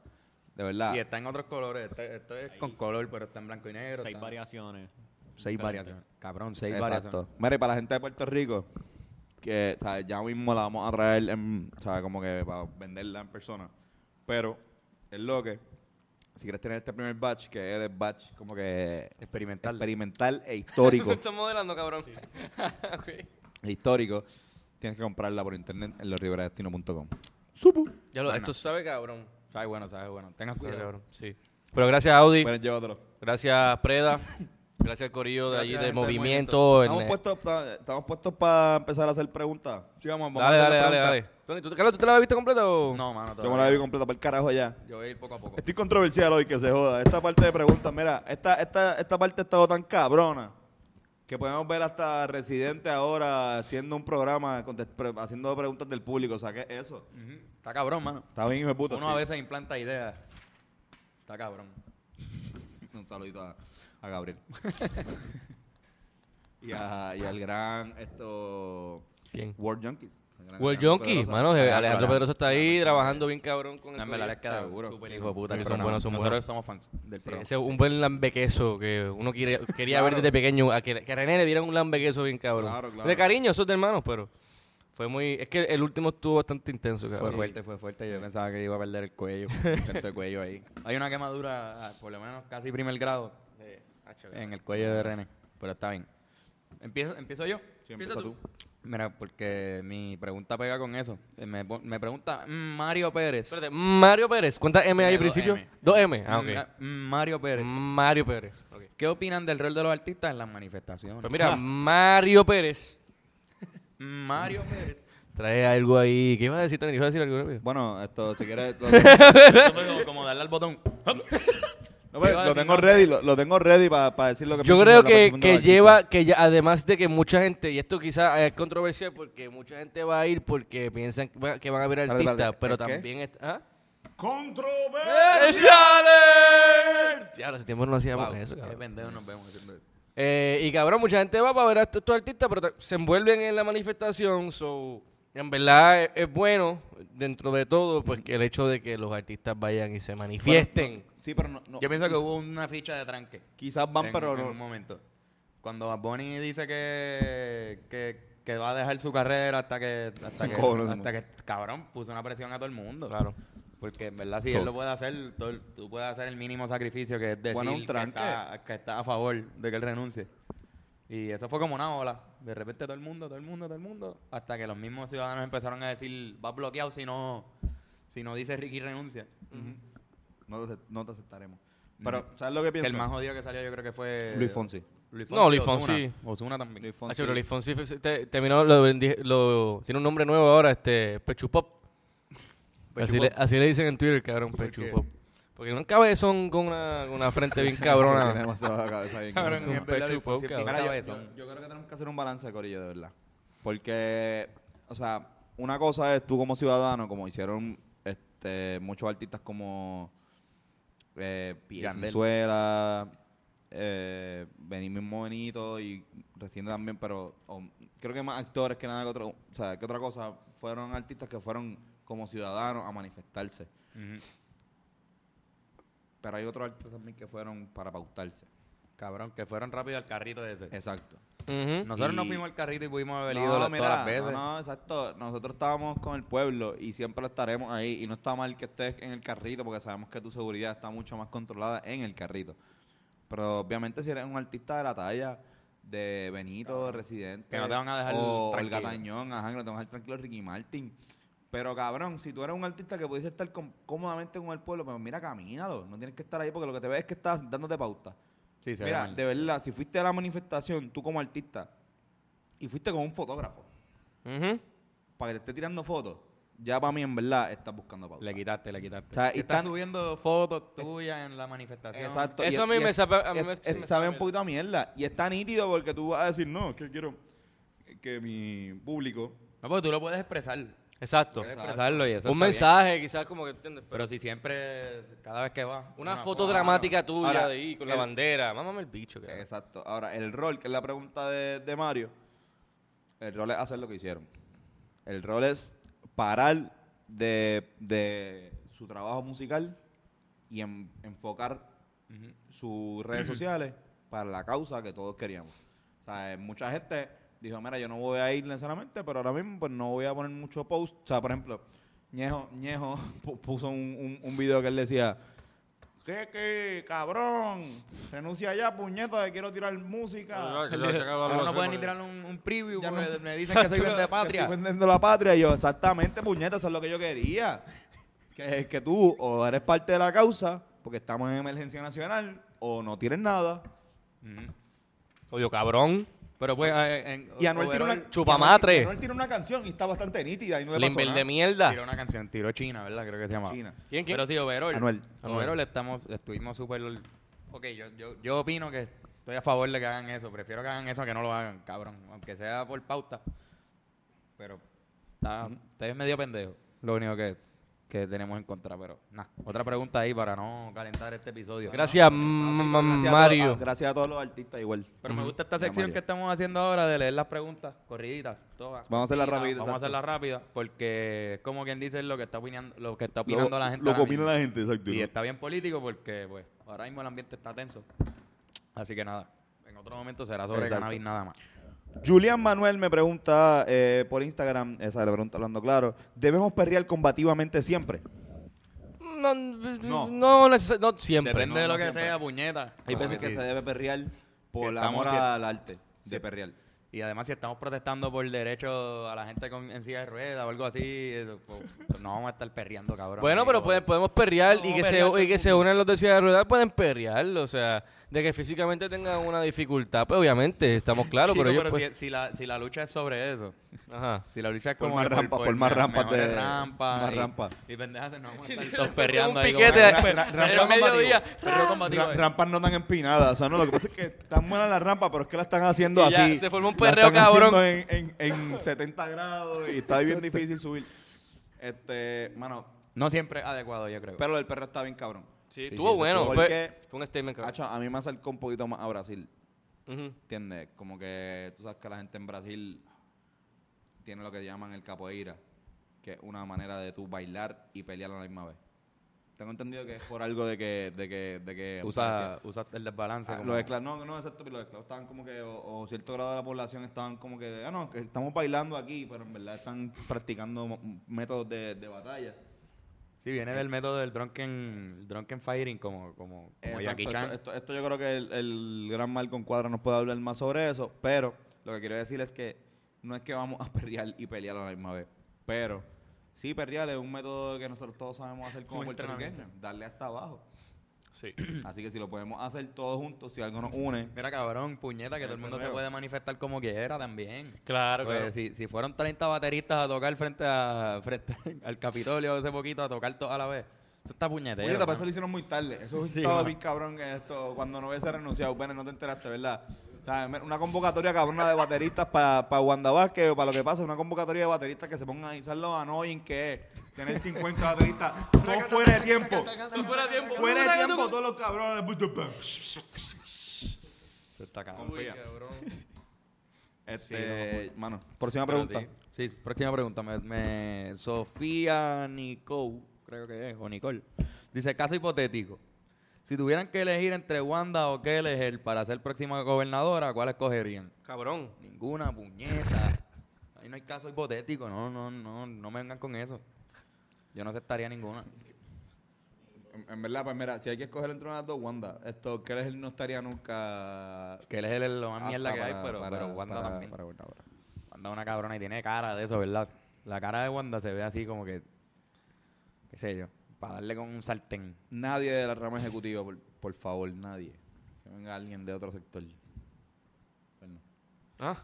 [SPEAKER 3] De verdad.
[SPEAKER 1] Y está en otros colores. Este- Esto, es con color, pero está en blanco y negro.
[SPEAKER 5] Seis
[SPEAKER 1] está-
[SPEAKER 5] variaciones.
[SPEAKER 1] Seis
[SPEAKER 5] diferentes.
[SPEAKER 1] variaciones. Cabrón, seis
[SPEAKER 3] Exacto.
[SPEAKER 1] variaciones.
[SPEAKER 3] Mire, para la gente de Puerto Rico, que ¿sabes? ya mismo la vamos a traer, en, ¿sabes? como que para venderla en persona. Pero, es lo que, si quieres tener este primer batch, que es el batch como que
[SPEAKER 1] Experimental.
[SPEAKER 3] experimental e histórico,
[SPEAKER 2] Estás modelando, cabrón. Ok.
[SPEAKER 3] e histórico, tienes que comprarla por internet en losriveradestino.com. Supu.
[SPEAKER 2] Ya lo,
[SPEAKER 1] Bueno.
[SPEAKER 2] esto sabe, cabrón.
[SPEAKER 1] Este, sabe bueno, sabe bueno. Tengan
[SPEAKER 2] Sabe,
[SPEAKER 1] cuidado.
[SPEAKER 2] cabrón. Sí. Pero gracias, Audi.
[SPEAKER 3] Bueno, llévatelo.
[SPEAKER 2] Gracias, Preda. Gracias al corillo de allí
[SPEAKER 1] Gracias, gente
[SPEAKER 2] de
[SPEAKER 1] del
[SPEAKER 2] movimiento. en-
[SPEAKER 3] Estamos puestos, pa- estamos puestos para empezar a hacer preguntas.
[SPEAKER 1] Sí, vamos, vamos a
[SPEAKER 2] Dale,
[SPEAKER 1] hacer
[SPEAKER 2] dale,
[SPEAKER 1] la
[SPEAKER 2] dale,
[SPEAKER 1] pregunta.
[SPEAKER 2] dale. Tony, ¿tú, Carlos, ¿tú te la viste completa o...?
[SPEAKER 1] No, mano,
[SPEAKER 3] Yo me la vi completa para el carajo ya.
[SPEAKER 1] Yo voy a ir poco a poco.
[SPEAKER 3] Estoy controversial hoy, que se joda. Esta parte de preguntas, mira, esta, esta, esta parte ha estado tan cabrona que podemos ver hasta Residente ahora haciendo un programa, contest- pre- haciendo preguntas del público. O sea, ¿qué es eso?
[SPEAKER 1] Ujú. Está cabrón, mano.
[SPEAKER 3] Está bien, hijo de puta.
[SPEAKER 1] Uno a
[SPEAKER 3] tío.
[SPEAKER 1] veces implanta ideas. Está cabrón.
[SPEAKER 3] Un saludito a, a Gabriel. y, a- y al gran, esto,
[SPEAKER 2] ¿Quién?
[SPEAKER 3] World Junkies. El gran
[SPEAKER 2] World
[SPEAKER 3] Alejandro
[SPEAKER 2] Jonky,
[SPEAKER 3] Pedrosa.
[SPEAKER 2] mano. de-
[SPEAKER 1] Ah,
[SPEAKER 2] Alejandro
[SPEAKER 1] claro.
[SPEAKER 2] Pedroso está ahí trabajando bien cabrón con el
[SPEAKER 1] En verdad,
[SPEAKER 2] corillo.
[SPEAKER 1] les queda
[SPEAKER 3] Seguro.
[SPEAKER 1] súper hijo de puta.
[SPEAKER 2] Sí,
[SPEAKER 1] el
[SPEAKER 2] son
[SPEAKER 1] programa.
[SPEAKER 2] buenos, son
[SPEAKER 1] Nosotros
[SPEAKER 2] buenos.
[SPEAKER 1] somos fans del
[SPEAKER 2] Sí,
[SPEAKER 1] programa.
[SPEAKER 2] ese es un buen lambequeso que uno quiere- quería ver
[SPEAKER 3] Claro.
[SPEAKER 2] desde pequeño. A que, que a René le dieran un lambequeso bien cabrón.
[SPEAKER 3] Claro, claro.
[SPEAKER 2] De cariño, esos de hermanos, pero fue muy. Es que el último estuvo bastante intenso,
[SPEAKER 1] Fue
[SPEAKER 2] cabrón.
[SPEAKER 1] fuerte, fue fuerte. Yo pensaba que iba a perder el cuello. Tanto cuello ahí. Hay una quemadura, ah, por lo menos casi primer grado, en el cuello de René. Pero está bien. ¿Empiezo, empiezo yo?
[SPEAKER 3] Sí, empieza tú.
[SPEAKER 1] Mira, porque mi pregunta pega con eso. Eh, Me, pon- me pregunta mm, Mario Pérez.
[SPEAKER 2] Espérate, Mario Pérez. ¿Cuántas M hay al
[SPEAKER 1] Tiene dos
[SPEAKER 2] principio?
[SPEAKER 1] M.
[SPEAKER 2] Dos M. Ah,
[SPEAKER 1] Mm,
[SPEAKER 2] ok.
[SPEAKER 1] ah, mm, Mario Pérez.
[SPEAKER 2] Mario Pérez. ok.
[SPEAKER 1] ¿Qué opinan del rol de los artistas en las manifestaciones? Mm,
[SPEAKER 2] Pues mira, Mario Pérez
[SPEAKER 1] Mario Pérez.
[SPEAKER 2] trae algo ahí. ¿Qué iba a decir, Tony? ¿Ibas a decir algo rápido?
[SPEAKER 3] Bueno, esto, si quieres... lo-
[SPEAKER 1] Eso fue como, como darle al botón.
[SPEAKER 3] No, pues,
[SPEAKER 1] Iba a
[SPEAKER 3] lo
[SPEAKER 1] decir
[SPEAKER 3] tengo
[SPEAKER 1] nada.
[SPEAKER 3] ready, lo, lo tengo ready para decir lo que
[SPEAKER 2] Yo
[SPEAKER 3] pienso
[SPEAKER 2] creo
[SPEAKER 3] sobre la
[SPEAKER 2] que,
[SPEAKER 3] participación de
[SPEAKER 2] que
[SPEAKER 3] los artistas.
[SPEAKER 2] lleva, que ya- además de que mucha gente, y esto quizás es controversial porque mucha gente va a ir porque piensan que va- que van a ver
[SPEAKER 3] Espérate,
[SPEAKER 2] artistas,
[SPEAKER 3] espérate,
[SPEAKER 2] pero
[SPEAKER 3] ¿es qué?
[SPEAKER 2] también... es- ¿ah?
[SPEAKER 3] Controversia.
[SPEAKER 2] Ya, hace tiempo no hacíamos
[SPEAKER 1] Wow,
[SPEAKER 2] eso,
[SPEAKER 1] Qué
[SPEAKER 2] cabrón.
[SPEAKER 1] pendejo nos vemos haciendo eso.
[SPEAKER 2] Eh, y cabrón, mucha gente va para ver a estos estos artistas, pero ta- se envuelven en la manifestación, so... En verdad es, es bueno, dentro de todo, pues que el hecho de que los artistas vayan y se manifiesten.
[SPEAKER 3] Sí, pero no. no.
[SPEAKER 1] Yo pienso que hubo una ficha de tranque.
[SPEAKER 3] Quizás van,
[SPEAKER 1] en,
[SPEAKER 3] pero
[SPEAKER 1] en
[SPEAKER 3] no.
[SPEAKER 1] un momento. Cuando Bad Bunny dice que, que, que va a dejar su carrera hasta que. Hasta
[SPEAKER 3] Son
[SPEAKER 1] que,
[SPEAKER 3] cojones,
[SPEAKER 1] hasta
[SPEAKER 3] ¿no?
[SPEAKER 1] que, cabrón, puso una presión a todo el mundo.
[SPEAKER 2] Claro.
[SPEAKER 1] Porque en verdad, si
[SPEAKER 3] Todo.
[SPEAKER 1] él lo puede hacer, todo el- tú puedes hacer el mínimo sacrificio que es decir
[SPEAKER 3] Bueno, un
[SPEAKER 1] que,
[SPEAKER 3] tranque.
[SPEAKER 1] está, que está a favor de que él renuncie. Y eso fue como una ola. De repente todo el mundo, todo el mundo, todo el mundo. Hasta que los mismos ciudadanos empezaron a decir, va bloqueado si no, si no dice Ricky renuncia.
[SPEAKER 3] No te, no te aceptaremos. Pero, ¿sabes lo que
[SPEAKER 1] Mm. Que
[SPEAKER 3] pienso?
[SPEAKER 1] el más jodido que salió yo creo que fue...
[SPEAKER 3] Luis Fonsi.
[SPEAKER 2] No, Luis Fonsi.
[SPEAKER 1] Osuna también.
[SPEAKER 3] Luis
[SPEAKER 2] Ah,
[SPEAKER 3] Fonsi.
[SPEAKER 2] pero Luis Fonsi fue- te- terminó, lo, bendi- lo- tiene un nombre nuevo ahora, este, Pechu Pop. así, Le, así le dicen en Twitter, cabrón, Pechu
[SPEAKER 1] qué?
[SPEAKER 2] Pop. Porque no cabezón con una, con una frente bien
[SPEAKER 3] Tiene
[SPEAKER 2] cabrona.
[SPEAKER 3] demasiada cabeza bien.
[SPEAKER 1] Cabrón,
[SPEAKER 2] Es un
[SPEAKER 1] en verdad,
[SPEAKER 2] pecho
[SPEAKER 1] Luis Fonsi
[SPEAKER 2] poca,
[SPEAKER 1] es bien
[SPEAKER 2] cabrón.
[SPEAKER 3] Mira, yo-
[SPEAKER 1] cabezón.
[SPEAKER 3] yo, yo creo que tenemos que hacer un balance, Corillo, de verdad. Porque, o sea, una cosa es tú como ciudadano, como hicieron este, muchos artistas como eh,
[SPEAKER 1] Yandel.
[SPEAKER 3] Piezuela, eh, Beni- mismo Benito y recién también, pero o, creo que más actores que nada que, otro, o sea, que otra cosa, fueron artistas que fueron como ciudadanos a manifestarse.
[SPEAKER 1] Ujú.
[SPEAKER 3] Pero hay otros artistas también que fueron para pautarse.
[SPEAKER 1] Cabrón, que fueron rápido al carrito ese.
[SPEAKER 3] Exacto.
[SPEAKER 2] Ujú.
[SPEAKER 1] Nosotros no
[SPEAKER 3] Eh, Y-
[SPEAKER 1] fuimos al carrito y pudimos haber ido
[SPEAKER 3] No,
[SPEAKER 1] la-
[SPEAKER 3] mira,
[SPEAKER 1] todas las veces.
[SPEAKER 3] No, no, exacto. Nosotros estábamos con el pueblo y siempre lo estaremos ahí. Y no está mal que estés en el carrito porque sabemos que tu seguridad está mucho más controlada en el carrito. Pero obviamente si eres un artista de la talla de Benito, Residente...
[SPEAKER 1] Que no te van a dejar
[SPEAKER 3] O
[SPEAKER 1] tranquilo.
[SPEAKER 3] Olga Tañón, ajá, que no te van a dejar tranquilo Ricky Martin. Pero cabrón, si tú eres un artista que pudiese estar com- cómodamente con el pueblo, pero mira, camínalo. No tienes que estar ahí porque lo que te ves es que estás dándote pauta.
[SPEAKER 1] Sí, se ve
[SPEAKER 3] Mira,
[SPEAKER 1] mal.
[SPEAKER 3] de verdad, si fuiste a la manifestación, tú como artista, y fuiste con un fotógrafo,
[SPEAKER 2] Ujú.
[SPEAKER 3] para que te esté tirando fotos, ya para mí en verdad estás buscando pauta.
[SPEAKER 1] Le quitaste, le quitaste.
[SPEAKER 3] O sea,
[SPEAKER 1] Que
[SPEAKER 3] y
[SPEAKER 1] están
[SPEAKER 3] están-
[SPEAKER 1] subiendo fotos tuyas en la manifestación.
[SPEAKER 3] Exacto.
[SPEAKER 2] Eso a mí me sabe- a mí me-
[SPEAKER 3] es-
[SPEAKER 2] sí me
[SPEAKER 3] sabe
[SPEAKER 2] sabe
[SPEAKER 3] un poquito a mierda. Y está nítido porque tú vas a decir, no, es que quiero que mi público...
[SPEAKER 1] No, porque tú lo puedes expresar.
[SPEAKER 2] Exacto.
[SPEAKER 1] Puedes expresarlo y eso está
[SPEAKER 2] Un
[SPEAKER 1] bien.
[SPEAKER 2] mensaje, quizás como que entiendes. Pero
[SPEAKER 1] Pero si siempre, cada vez que va.
[SPEAKER 2] una, foto dramática tuya
[SPEAKER 3] Ahora,
[SPEAKER 2] de ahí con la
[SPEAKER 3] el-
[SPEAKER 2] bandera. Mámame el bicho. cara.
[SPEAKER 3] Exacto. Ahora, el rol, que es la pregunta de, de Mario, el rol es hacer lo que hicieron. El rol es parar de, de su trabajo musical y en- enfocar sus redes sociales para la causa que todos queríamos. O sea, eh, mucha gente dijo, mira, yo no voy a ir necesariamente, pero ahora mismo pues no voy a poner mucho post. O sea, por ejemplo, Ñejo, Ñejo pu- puso un, un- un video que él decía, que, que, cabrón, renuncia ya, puñeta, que quiero tirar música.
[SPEAKER 1] Ahora no pueden ni tirar un, un preview
[SPEAKER 3] Ya
[SPEAKER 1] porque
[SPEAKER 3] no-
[SPEAKER 1] me dicen que soy de
[SPEAKER 3] Exacto. Que Estoy
[SPEAKER 1] patria.
[SPEAKER 3] vendiendo la patria. Y yo, exactamente, puñeta, eso es lo que yo quería. Que, que tú o eres parte de la causa, porque estamos en emergencia nacional, o no tienes nada.
[SPEAKER 1] Ujú.
[SPEAKER 2] Odio cabrón.
[SPEAKER 1] Pero pues. eh, en-
[SPEAKER 3] Y Anuel tiene
[SPEAKER 1] overall,
[SPEAKER 3] una...
[SPEAKER 2] Chupamatre.
[SPEAKER 3] y Anuel tiene una canción y está bastante nítida y Ah. no le pasó
[SPEAKER 2] Limber
[SPEAKER 3] nada.
[SPEAKER 2] de mierda.
[SPEAKER 1] Tiró una canción, tiró China, ¿verdad? Creo que se llamaba.
[SPEAKER 3] China.
[SPEAKER 2] ¿Quién, quién?
[SPEAKER 1] Pero sí, overall.
[SPEAKER 3] Anuel.
[SPEAKER 1] Overall estamos, estuvimos súper... Ok, yo, yo, yo opino que estoy a favor de que hagan eso. Prefiero que hagan eso a que no lo hagan, cabrón. Aunque sea por pauta. Pero está, usted es medio pendejo. Lo único que, que tenemos en contra. Pero nada, otra pregunta ahí para no calentar este episodio.
[SPEAKER 2] Gracias,
[SPEAKER 3] Gracias
[SPEAKER 1] Mm,
[SPEAKER 2] m-
[SPEAKER 3] a todos-
[SPEAKER 2] Mario.
[SPEAKER 3] a- gracias a todos los artistas igual.
[SPEAKER 1] Pero me gusta esta
[SPEAKER 3] Mira,
[SPEAKER 1] sección
[SPEAKER 3] Mario.
[SPEAKER 1] que estamos haciendo ahora de leer las preguntas corriditas. Todas.
[SPEAKER 3] Vamos a hacerlas
[SPEAKER 1] cortitas,
[SPEAKER 3] rápidas,
[SPEAKER 1] Vamos a
[SPEAKER 3] exacto.
[SPEAKER 1] hacerlas rápidas porque es como quien dice lo que está opinando, lo que está
[SPEAKER 3] Lo-
[SPEAKER 1] opinando la gente.
[SPEAKER 3] Lo que
[SPEAKER 1] ahora
[SPEAKER 3] opina
[SPEAKER 1] mismo.
[SPEAKER 3] la gente, exacto.
[SPEAKER 1] Y
[SPEAKER 3] ¿no?
[SPEAKER 1] está bien político porque, pues, ahora mismo el ambiente está tenso. Así que nada, en otro momento será sobre
[SPEAKER 3] Exacto.
[SPEAKER 1] cannabis nada más.
[SPEAKER 3] Julián Manuel me pregunta eh, por Instagram, esa le pregunta hablando claro, ¿debemos perrear combativamente siempre?
[SPEAKER 2] No, n-
[SPEAKER 3] No.
[SPEAKER 2] no, neces- no siempre.
[SPEAKER 1] Depende de
[SPEAKER 3] no
[SPEAKER 1] lo que
[SPEAKER 3] siempre.
[SPEAKER 1] sea, puñeta.
[SPEAKER 3] Hay
[SPEAKER 1] Ah,
[SPEAKER 3] veces que
[SPEAKER 1] sí.
[SPEAKER 3] se debe perrear por
[SPEAKER 1] estamos-
[SPEAKER 3] amor
[SPEAKER 1] si-
[SPEAKER 3] al arte de perrear.
[SPEAKER 1] Y además, si estamos protestando por derecho a la gente con, en silla de ruedas o algo así, eso, pues, no vamos a estar perreando, cabrón.
[SPEAKER 2] Bueno, pero
[SPEAKER 1] Digo,
[SPEAKER 2] pueden- podemos perrear y
[SPEAKER 1] No,
[SPEAKER 2] que, se,
[SPEAKER 1] perrear todo
[SPEAKER 2] y que
[SPEAKER 1] el
[SPEAKER 2] se
[SPEAKER 1] mundo.
[SPEAKER 2] unan los de silla de ruedas, pueden perrear. O sea, de que físicamente tengan una dificultad, pues obviamente, estamos claros,
[SPEAKER 1] chico,
[SPEAKER 2] pero ellos
[SPEAKER 1] pero
[SPEAKER 2] pues-
[SPEAKER 1] si, si la, si la lucha es sobre eso,
[SPEAKER 2] Ajá.
[SPEAKER 1] si la lucha es
[SPEAKER 3] Por
[SPEAKER 1] como.
[SPEAKER 3] más
[SPEAKER 1] que
[SPEAKER 3] rampas, por más
[SPEAKER 1] me-
[SPEAKER 3] rampas de-
[SPEAKER 1] mejores rampas.
[SPEAKER 3] más
[SPEAKER 1] y-
[SPEAKER 3] rampas.
[SPEAKER 1] Y pendejas, no vamos a estar todos perreando
[SPEAKER 2] Un
[SPEAKER 1] ahí. como-
[SPEAKER 2] piquete ahí,
[SPEAKER 1] Perreo
[SPEAKER 2] perreo
[SPEAKER 1] combativo,
[SPEAKER 2] mediodía.
[SPEAKER 1] perreo combativo,
[SPEAKER 3] Ra-
[SPEAKER 1] eh.
[SPEAKER 3] rampas no tan empinadas, o sea, no, lo que pasa es que están buenas las rampas, pero es que la están haciendo
[SPEAKER 2] Y ya,
[SPEAKER 3] así.
[SPEAKER 2] se formó un
[SPEAKER 3] la
[SPEAKER 2] perreo
[SPEAKER 3] están haciendo
[SPEAKER 2] cabrón.
[SPEAKER 3] En, en- en 70 grados y está bien difícil subir. Este, mano,
[SPEAKER 1] No siempre es adecuado, yo creo.
[SPEAKER 3] pero el perreo está bien cabrón.
[SPEAKER 2] Sí,
[SPEAKER 1] sí,
[SPEAKER 2] estuvo
[SPEAKER 1] sí,
[SPEAKER 2] bueno.
[SPEAKER 3] estuvo
[SPEAKER 2] Fue,
[SPEAKER 3] porque-
[SPEAKER 2] fue un statement, cabrón.
[SPEAKER 3] Hacho, a mí me acercó un poquito más a Brasil.
[SPEAKER 2] Ujú.
[SPEAKER 3] ¿Entiendes? Como que tú sabes que la gente en Brasil tiene lo que llaman el capoeira, que es una manera de tú bailar y pelear a la misma vez. Tengo entendido que es por algo de que... De que, de que
[SPEAKER 1] Usa, usa el desbalance.
[SPEAKER 3] Ah,
[SPEAKER 1] como-
[SPEAKER 3] los esclavos, no, no, exacto, pero los esclavos estaban como que, o, o cierto grado de la población estaban como que, ah, no, que estamos bailando aquí, pero en verdad están practicando mo- métodos de, de batalla.
[SPEAKER 1] Sí, viene
[SPEAKER 3] Eh,
[SPEAKER 1] del método del drunken, drunken firing, como, como, como
[SPEAKER 3] Exacto,
[SPEAKER 1] Jackie Chan.
[SPEAKER 3] esto, esto- esto yo creo que el, el gran Malcolm Cuadra nos puede hablar más sobre eso, pero lo que quiero decir es que no es que vamos a perrear y pelear a la misma vez, pero sí perrear es un método que nosotros todos sabemos hacer como
[SPEAKER 1] Un entrenamiento.
[SPEAKER 3] puertorriqueños, darle hasta abajo.
[SPEAKER 2] Sí.
[SPEAKER 3] Así que si lo podemos hacer todos juntos, si algo nos une,
[SPEAKER 1] Mira, cabrón, puñeta, que todo el mundo se
[SPEAKER 3] perreo.
[SPEAKER 1] puede manifestar como quiera también.
[SPEAKER 2] Claro,
[SPEAKER 1] Pues,
[SPEAKER 2] claro.
[SPEAKER 1] si, si fueron 30 bateristas a tocar frente, a, frente al Capitolio hace poquito, a tocar todos a la vez, eso está puñetero.
[SPEAKER 3] Oye, te
[SPEAKER 1] mano.
[SPEAKER 3] pasó lo hicieron muy tarde. Eso
[SPEAKER 1] Sí,
[SPEAKER 3] estaba
[SPEAKER 1] mano.
[SPEAKER 3] bien cabrón que esto. Cuando no hubiese renunciado, Pérez, no te enteraste, ¿verdad? O sea, me- una convocatoria cabrona de bateristas para pa Wanda Vázquez o para lo que pasa, una convocatoria de bateristas que se pongan a izar los annoying que es tener 50 bateristas. No fuera de tiempo.
[SPEAKER 2] fuera de tiempo.
[SPEAKER 3] Fuera de tiempo todos los cabrones.
[SPEAKER 1] Eso está cabrón.
[SPEAKER 3] Confía.
[SPEAKER 2] Sí, no,
[SPEAKER 3] Este, mano, próxima pregunta.
[SPEAKER 1] Pero Sí, sí, próxima pregunta. Me, me- Sofía Nicole, creo que es, o Nicole. Dice, caso hipotético. Si tuvieran que elegir entre Wanda o Keller para ser próxima gobernadora, ¿cuál escogerían?
[SPEAKER 2] Cabrón.
[SPEAKER 1] Ninguna puñeta. Ahí no hay caso hipotético. No, no, no, no me vengan con eso. Yo no aceptaría ninguna.
[SPEAKER 3] En, en verdad, pues mira, si hay que escoger entre una de las dos, Wanda, esto que él no estaría nunca.
[SPEAKER 1] Que él es el- lo más
[SPEAKER 3] apta
[SPEAKER 1] mierda que hay,
[SPEAKER 3] para-
[SPEAKER 1] pero,
[SPEAKER 3] para-
[SPEAKER 1] pero Wanda
[SPEAKER 3] para-
[SPEAKER 1] también.
[SPEAKER 3] para gobernadora.
[SPEAKER 1] Wanda es una cabrona y tiene cara de eso, ¿verdad? La cara de Wanda se ve así como que, qué sé yo, para darle con un sartén.
[SPEAKER 3] Nadie de la rama ejecutiva, por, por favor, nadie. Que venga alguien de otro sector. Bueno,
[SPEAKER 2] Ah,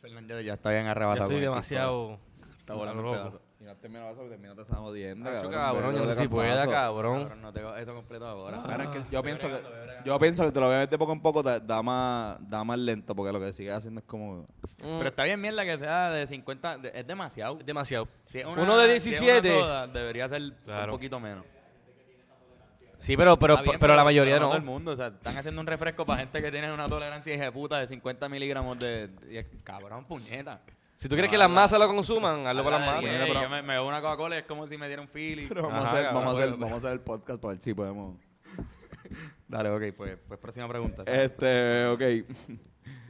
[SPEAKER 1] Fernández ya está bien
[SPEAKER 2] ya
[SPEAKER 1] arrebatado.
[SPEAKER 2] estoy
[SPEAKER 1] con el
[SPEAKER 2] demasiado.
[SPEAKER 1] Está volando
[SPEAKER 2] loco.
[SPEAKER 1] un pedazo.
[SPEAKER 3] y no termina eso, termina te estás jodiendo.
[SPEAKER 2] Nacho,
[SPEAKER 3] cabrón,
[SPEAKER 2] cabrón, yo no
[SPEAKER 3] dale
[SPEAKER 2] sé si pueda,
[SPEAKER 3] cantazo.
[SPEAKER 2] cabrón.
[SPEAKER 1] Cabrón, no tengo eso completo ahora.
[SPEAKER 3] Bueno, es que yo pienso que yo pienso que te lo voy a ver de poco en poco da, da más da más lento porque lo que sigue haciendo es como
[SPEAKER 1] Pero está bien mierda que sea de 50, de- es demasiado.
[SPEAKER 2] Mm, Es demasiado.
[SPEAKER 1] Si es
[SPEAKER 2] Uno de
[SPEAKER 1] si es
[SPEAKER 2] 17.
[SPEAKER 1] soda, debería ser un
[SPEAKER 2] Claro.
[SPEAKER 1] poquito menos.
[SPEAKER 2] Sí, pero, pero,
[SPEAKER 1] Está bien,
[SPEAKER 2] pero, la mayoría
[SPEAKER 1] Todo el
[SPEAKER 2] no.
[SPEAKER 1] mundo, o sea, están haciendo un refresco para gente que tiene una tolerancia hija de puta de 50 miligramos de, de- cabrón, puñeta.
[SPEAKER 2] Si tú quieres que las masas lo consuman, hazlo para las
[SPEAKER 1] Habla de
[SPEAKER 2] masas.
[SPEAKER 1] diez,
[SPEAKER 3] pero-
[SPEAKER 1] yo me, me bebo una Coca-Cola y es como si me diera un Philly.
[SPEAKER 3] pero vamos,
[SPEAKER 2] Ajá,
[SPEAKER 3] a hacer,
[SPEAKER 2] cabrón,
[SPEAKER 3] vamos, a hacer,
[SPEAKER 2] bueno,
[SPEAKER 3] vamos a hacer el podcast para ver si podemos
[SPEAKER 1] Dale, ok, pues, pues próxima pregunta.
[SPEAKER 3] este ok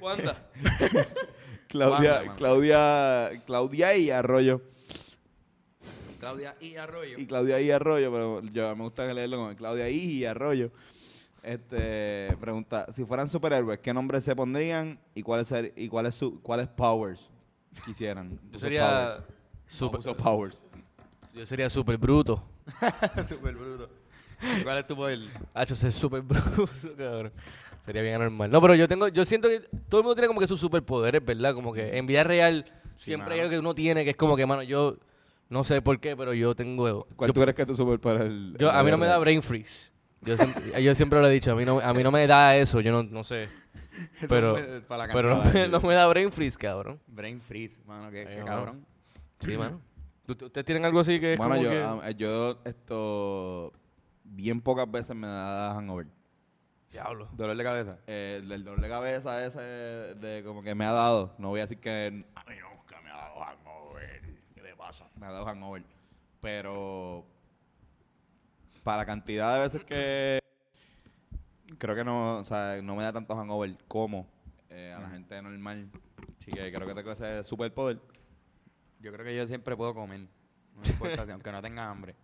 [SPEAKER 2] Wanda.
[SPEAKER 3] Claudia
[SPEAKER 1] Wanda, mano.
[SPEAKER 3] Claudia Claudia y Arroyo
[SPEAKER 1] Claudia y Arroyo.
[SPEAKER 3] y Claudia y Arroyo pero yo me gusta leerlo con Claudia y Arroyo este pregunta si fueran superhéroes qué nombres se pondrían y cuáles ser- y cuáles su- cuáles powers quisieran
[SPEAKER 2] Yo sería.
[SPEAKER 3] super,
[SPEAKER 2] Super,
[SPEAKER 3] powers
[SPEAKER 2] yo sería super bruto.
[SPEAKER 1] Super bruto. ¿Cuál es tu poder?
[SPEAKER 2] Hacho, ser super bruto, cabrón. Sería bien anormal. No, pero yo tengo, yo siento que todo el mundo tiene como que sus superpoderes, ¿verdad? Como que en vida real siempre hay
[SPEAKER 1] mano.
[SPEAKER 2] algo que uno tiene que es como que, mano, yo no sé por qué, pero yo tengo.
[SPEAKER 3] ¿Cuál
[SPEAKER 2] yo-
[SPEAKER 3] tú crees que es tu superpoder? El-
[SPEAKER 2] yo- a
[SPEAKER 3] el-
[SPEAKER 2] mí no me da brain freeze. Yo siempre, yo siempre lo he dicho, a mí no, a mí no me da eso, yo no, no sé.
[SPEAKER 1] Eso
[SPEAKER 2] Pero,
[SPEAKER 1] fue para la
[SPEAKER 2] pero no,
[SPEAKER 1] canción.
[SPEAKER 2] me, no me da brain freeze, cabrón.
[SPEAKER 1] Brain freeze, mano, que,
[SPEAKER 2] Ay,
[SPEAKER 1] que
[SPEAKER 2] no.
[SPEAKER 1] cabrón.
[SPEAKER 2] Sí, mano. ¿Tú- ¿Ustedes tienen algo así que es
[SPEAKER 3] Mano,
[SPEAKER 2] como
[SPEAKER 3] yo,
[SPEAKER 2] que-
[SPEAKER 3] am- yo esto bien pocas veces me da hangover.
[SPEAKER 2] Diablo.
[SPEAKER 1] Dolor de cabeza.
[SPEAKER 3] Eh, el, dolor de cabeza ese de como que me ha dado. No voy a decir que a mí nunca me ha dado hangover. ¿Qué le pasa? Me ha dado hangover. Pero para la cantidad de veces que creo que no, o sea, no me da tanto hangover como eh, a la gente normal. Así que creo que tengo ese superpoder.
[SPEAKER 1] Yo creo que yo siempre puedo comer. No me importa, si- aunque no tenga hambre.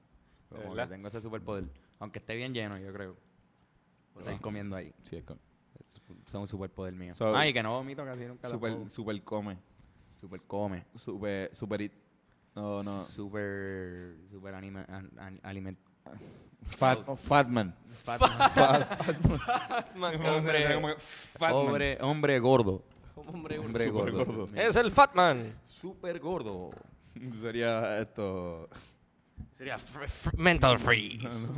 [SPEAKER 1] Como que
[SPEAKER 2] ¿Verdad?
[SPEAKER 1] tengo ese superpoder. Aunque esté bien lleno, yo creo. Voy a
[SPEAKER 2] Ah.
[SPEAKER 1] seguir comiendo ahí.
[SPEAKER 3] Sí, es con-
[SPEAKER 1] Es un superpoder mío.
[SPEAKER 3] So-
[SPEAKER 1] Ay, Ah, que no vomito casi nunca.
[SPEAKER 3] super,
[SPEAKER 1] tampoco.
[SPEAKER 3] super come.
[SPEAKER 1] super come.
[SPEAKER 3] Super, super it. No, no.
[SPEAKER 1] Super, super anima, an- an- aliment.
[SPEAKER 3] Fat, Fatman.
[SPEAKER 1] fat-
[SPEAKER 2] Fatman,
[SPEAKER 3] Hombre,
[SPEAKER 1] hombre, hombre gordo.
[SPEAKER 2] Hombre,
[SPEAKER 1] Hombre
[SPEAKER 3] Super
[SPEAKER 1] gordo.
[SPEAKER 3] gordo.
[SPEAKER 1] Mira.
[SPEAKER 2] Es el Fatman.
[SPEAKER 1] Super gordo.
[SPEAKER 3] Sería esto.
[SPEAKER 2] Sería fr- fr- Mental Freeze.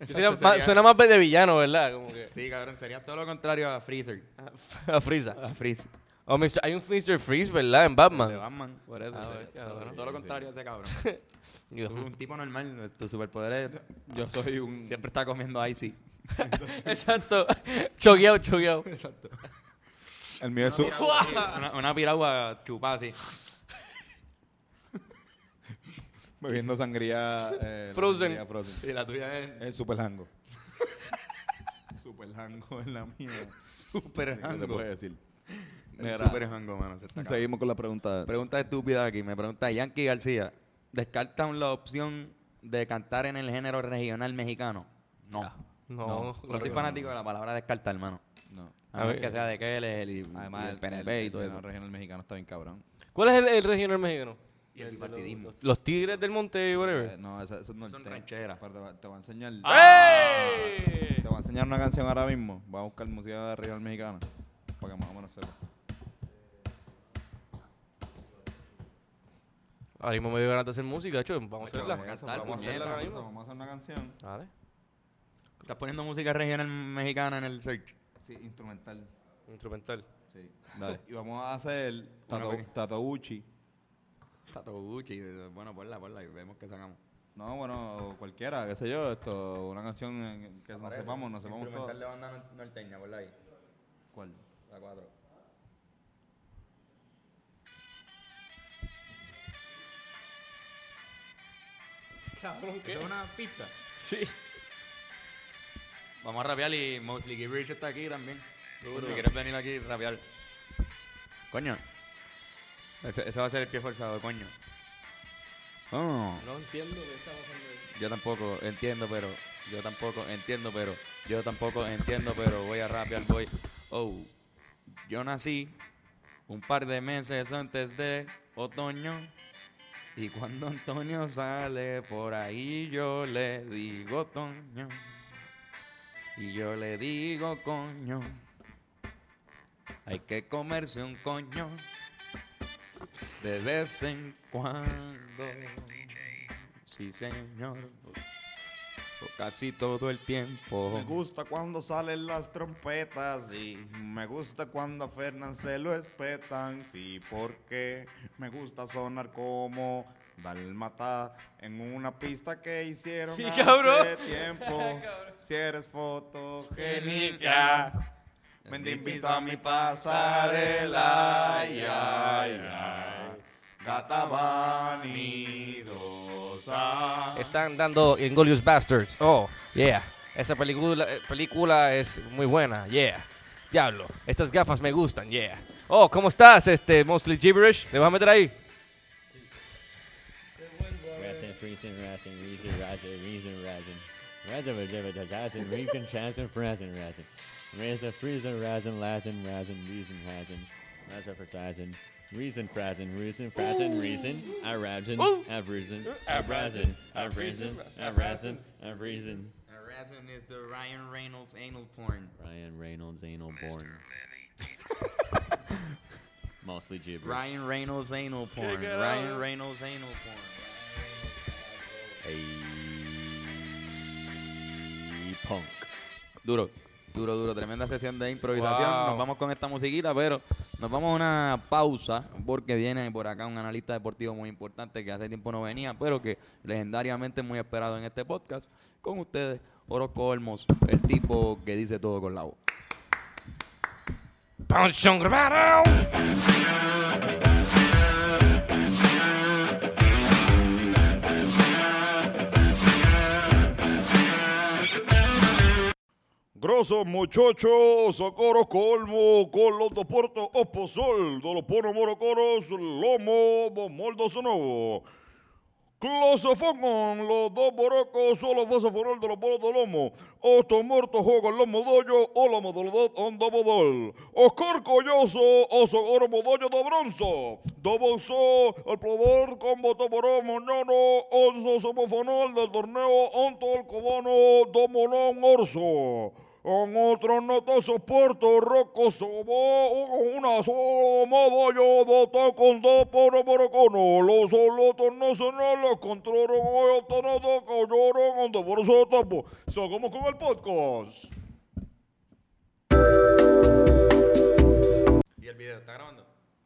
[SPEAKER 2] Yo sería ma- suena más de villano, ¿verdad? Como que.
[SPEAKER 1] Sí, cabrón, sería todo lo contrario a Freezer.
[SPEAKER 2] A Frieza.
[SPEAKER 1] A Freeze.
[SPEAKER 2] O Mr. Hay un Mr. Freeze, ¿verdad? En Batman.
[SPEAKER 1] De Batman, por eso.
[SPEAKER 2] Ah,
[SPEAKER 1] sí.
[SPEAKER 2] bueno,
[SPEAKER 1] Todo-
[SPEAKER 2] cabrón.
[SPEAKER 1] todo lo contrario a ese cabrón.
[SPEAKER 2] Yo-
[SPEAKER 1] Tú, un tipo normal, tu superpoder es-
[SPEAKER 3] Yo soy un.
[SPEAKER 1] siempre está comiendo icy.
[SPEAKER 2] Exacto. chogueado, chogueado.
[SPEAKER 3] El mío es su.
[SPEAKER 1] una, una piragua chupada así.
[SPEAKER 3] Bebiendo sangría. eh,
[SPEAKER 2] Frozen.
[SPEAKER 3] sangría frozen. Eh,
[SPEAKER 1] Y la tuya es
[SPEAKER 3] Es super lango. super lango es la mía.
[SPEAKER 1] super
[SPEAKER 3] ¿Qué te
[SPEAKER 1] hango.
[SPEAKER 3] puedo decir? Mira,
[SPEAKER 1] Es Super hango, mano. se está acabando.
[SPEAKER 3] seguimos con la pregunta.
[SPEAKER 1] Pregunta estúpida aquí. Me pregunta Yankee García. ¿Descartan la opción de cantar en el género regional mexicano? No.
[SPEAKER 2] No,
[SPEAKER 1] Ah, No soy fanático de la palabra descartar, hermano.
[SPEAKER 3] No.
[SPEAKER 1] A
[SPEAKER 2] A
[SPEAKER 1] ver
[SPEAKER 2] ver.
[SPEAKER 1] que sea de Keller y, y
[SPEAKER 3] Además,
[SPEAKER 1] el PNP y todo eso.
[SPEAKER 3] regional mexicano está bien cabrón.
[SPEAKER 2] ¿Cuál es el, el regional mexicano?
[SPEAKER 1] Y el bipartidismo.
[SPEAKER 2] Los Tigres del Monte y whatever.
[SPEAKER 3] Eh, no, eso, eso es norteño.
[SPEAKER 1] rancheras.
[SPEAKER 3] Pero Te va- te voy a enseñar.
[SPEAKER 2] ¡Ah! ¡Ey!
[SPEAKER 3] Te voy a enseñar una canción ahora mismo. Voy a buscar música de regional mexicana. Para que más o menos sepa.
[SPEAKER 2] Ahora mismo me dio ganas de hacer música, hecho. Vamos a
[SPEAKER 1] Vamos a
[SPEAKER 2] hacerla.
[SPEAKER 1] cantar,
[SPEAKER 3] vamos, a hacer
[SPEAKER 1] puñeta.
[SPEAKER 3] la canción, vamos a hacer una canción.
[SPEAKER 2] Vale.
[SPEAKER 1] Estás poniendo música regional mexicana en el search.
[SPEAKER 3] Sí, instrumental.
[SPEAKER 2] Instrumental.
[SPEAKER 3] Sí.
[SPEAKER 1] Dale.
[SPEAKER 3] Y vamos a hacer tato,
[SPEAKER 1] pequeña.
[SPEAKER 3] Tatouchi.
[SPEAKER 1] Tato Gucci. Bueno, ponla, ponla y vemos qué sacamos.
[SPEAKER 3] No, bueno, cualquiera, qué sé yo, esto, una canción en- que no sepamos, no sepamos todo.
[SPEAKER 1] de banda nor- norteña, ponla ahí.
[SPEAKER 3] ¿Cuál?
[SPEAKER 1] La 4.
[SPEAKER 2] Cabrón,
[SPEAKER 1] ¿Es una pista?
[SPEAKER 2] Sí.
[SPEAKER 1] Vamos a rapear y Mosley Gibrich está aquí también. Si quieres venir aquí y rapear. Coño. Ese, ese va a ser el pie forzado, coño. Oh,
[SPEAKER 2] No entiendo qué está pasando.
[SPEAKER 1] yo tampoco entiendo, pero. Yo tampoco entiendo, pero. Yo tampoco entiendo, pero voy a rapear, voy. Oh. Yo nací un par de meses antes de otoño. Y cuando Antonio sale por ahí, yo le digo Toño. Y yo le digo coño. Hay que comerse un coño de vez en cuando. Sí, señor. O casi todo el tiempo.
[SPEAKER 3] Me gusta cuando salen las trompetas, sí. Me gusta cuando a Fernán se lo espetan, sí. Porque me gusta sonar como Dalmata en una pista que hicieron
[SPEAKER 2] Sí,
[SPEAKER 3] hace
[SPEAKER 2] cabrón.
[SPEAKER 3] tiempo.
[SPEAKER 2] Cabrón.
[SPEAKER 3] Si eres fotogénica, ven te invito a mi pasarela. Ay, ay, ay. Gata vanidosa.
[SPEAKER 2] Están dando Ingolious Bastards. Oh, yeah. Esa película, eh, película es muy buena. Yeah. Diablo. Estas gafas me gustan. Yeah. Oh, ¿cómo estás, este Mostly Gibberish? ¿Le vas a meter ahí?
[SPEAKER 5] Razzin, freezing, razzin, reason, razzin, reason, razzin. Razzin, razzin, razzin, razzin, reekin, chansin, frazzin, razzin. Razzin, freezing, razzin, lazzin, razzin, reason, razzin. Razzin, frazzin, reason, frazzin, reason, frazzin, reason. I razzin, I've reason, I've razzin, I've reason, I've razzin, I've reason.
[SPEAKER 1] Erasmus is the Ryan Reynolds anal porn.
[SPEAKER 5] Ryan Reynolds, anal born. Mostly gibberish.
[SPEAKER 1] Ryan Reynolds anal porn. Ryan Reynolds anal porn.
[SPEAKER 5] Ay, punk.
[SPEAKER 1] Duro, duro, duro. Tremenda sesión de improvisación.
[SPEAKER 2] Wow.
[SPEAKER 1] Nos vamos con esta musiquita, pero nos vamos a una pausa porque viene por acá un analista deportivo muy importante que hace tiempo no venía, pero que legendariamente es muy esperado en este podcast. Con ustedes, Orozco Olmos, el tipo que dice todo con la voz.
[SPEAKER 2] Panchón Guevara.
[SPEAKER 6] Grosso muchacho, Socorro Colmo, con los dos puertos Osposol, Dolopono Morocoros, Lomo, Bomoldo Sonovo. Closofongon, los dos borocos, solo fosoforol, Dolopono Dolomo, Osto Morto, Juego, Lomo Doyo, Olomo Dolodot, Ondo Bodol, Oscor Colloso, Osogoro Modoyo, do Bronzo, Doboso, El Plodor, Combo Toporó, Moñono, Onzo Somofonol, del Torneo, Onto, El Cobono, Domolón, Orso. Con otro notoso puerto roco sobo, una solo modo yo doto con dos poro poro cono, los solotos no son no los controlo hoy otro no toco lloro con dos por so topo. So como con el podcast.
[SPEAKER 1] ¿Y el video está grabando?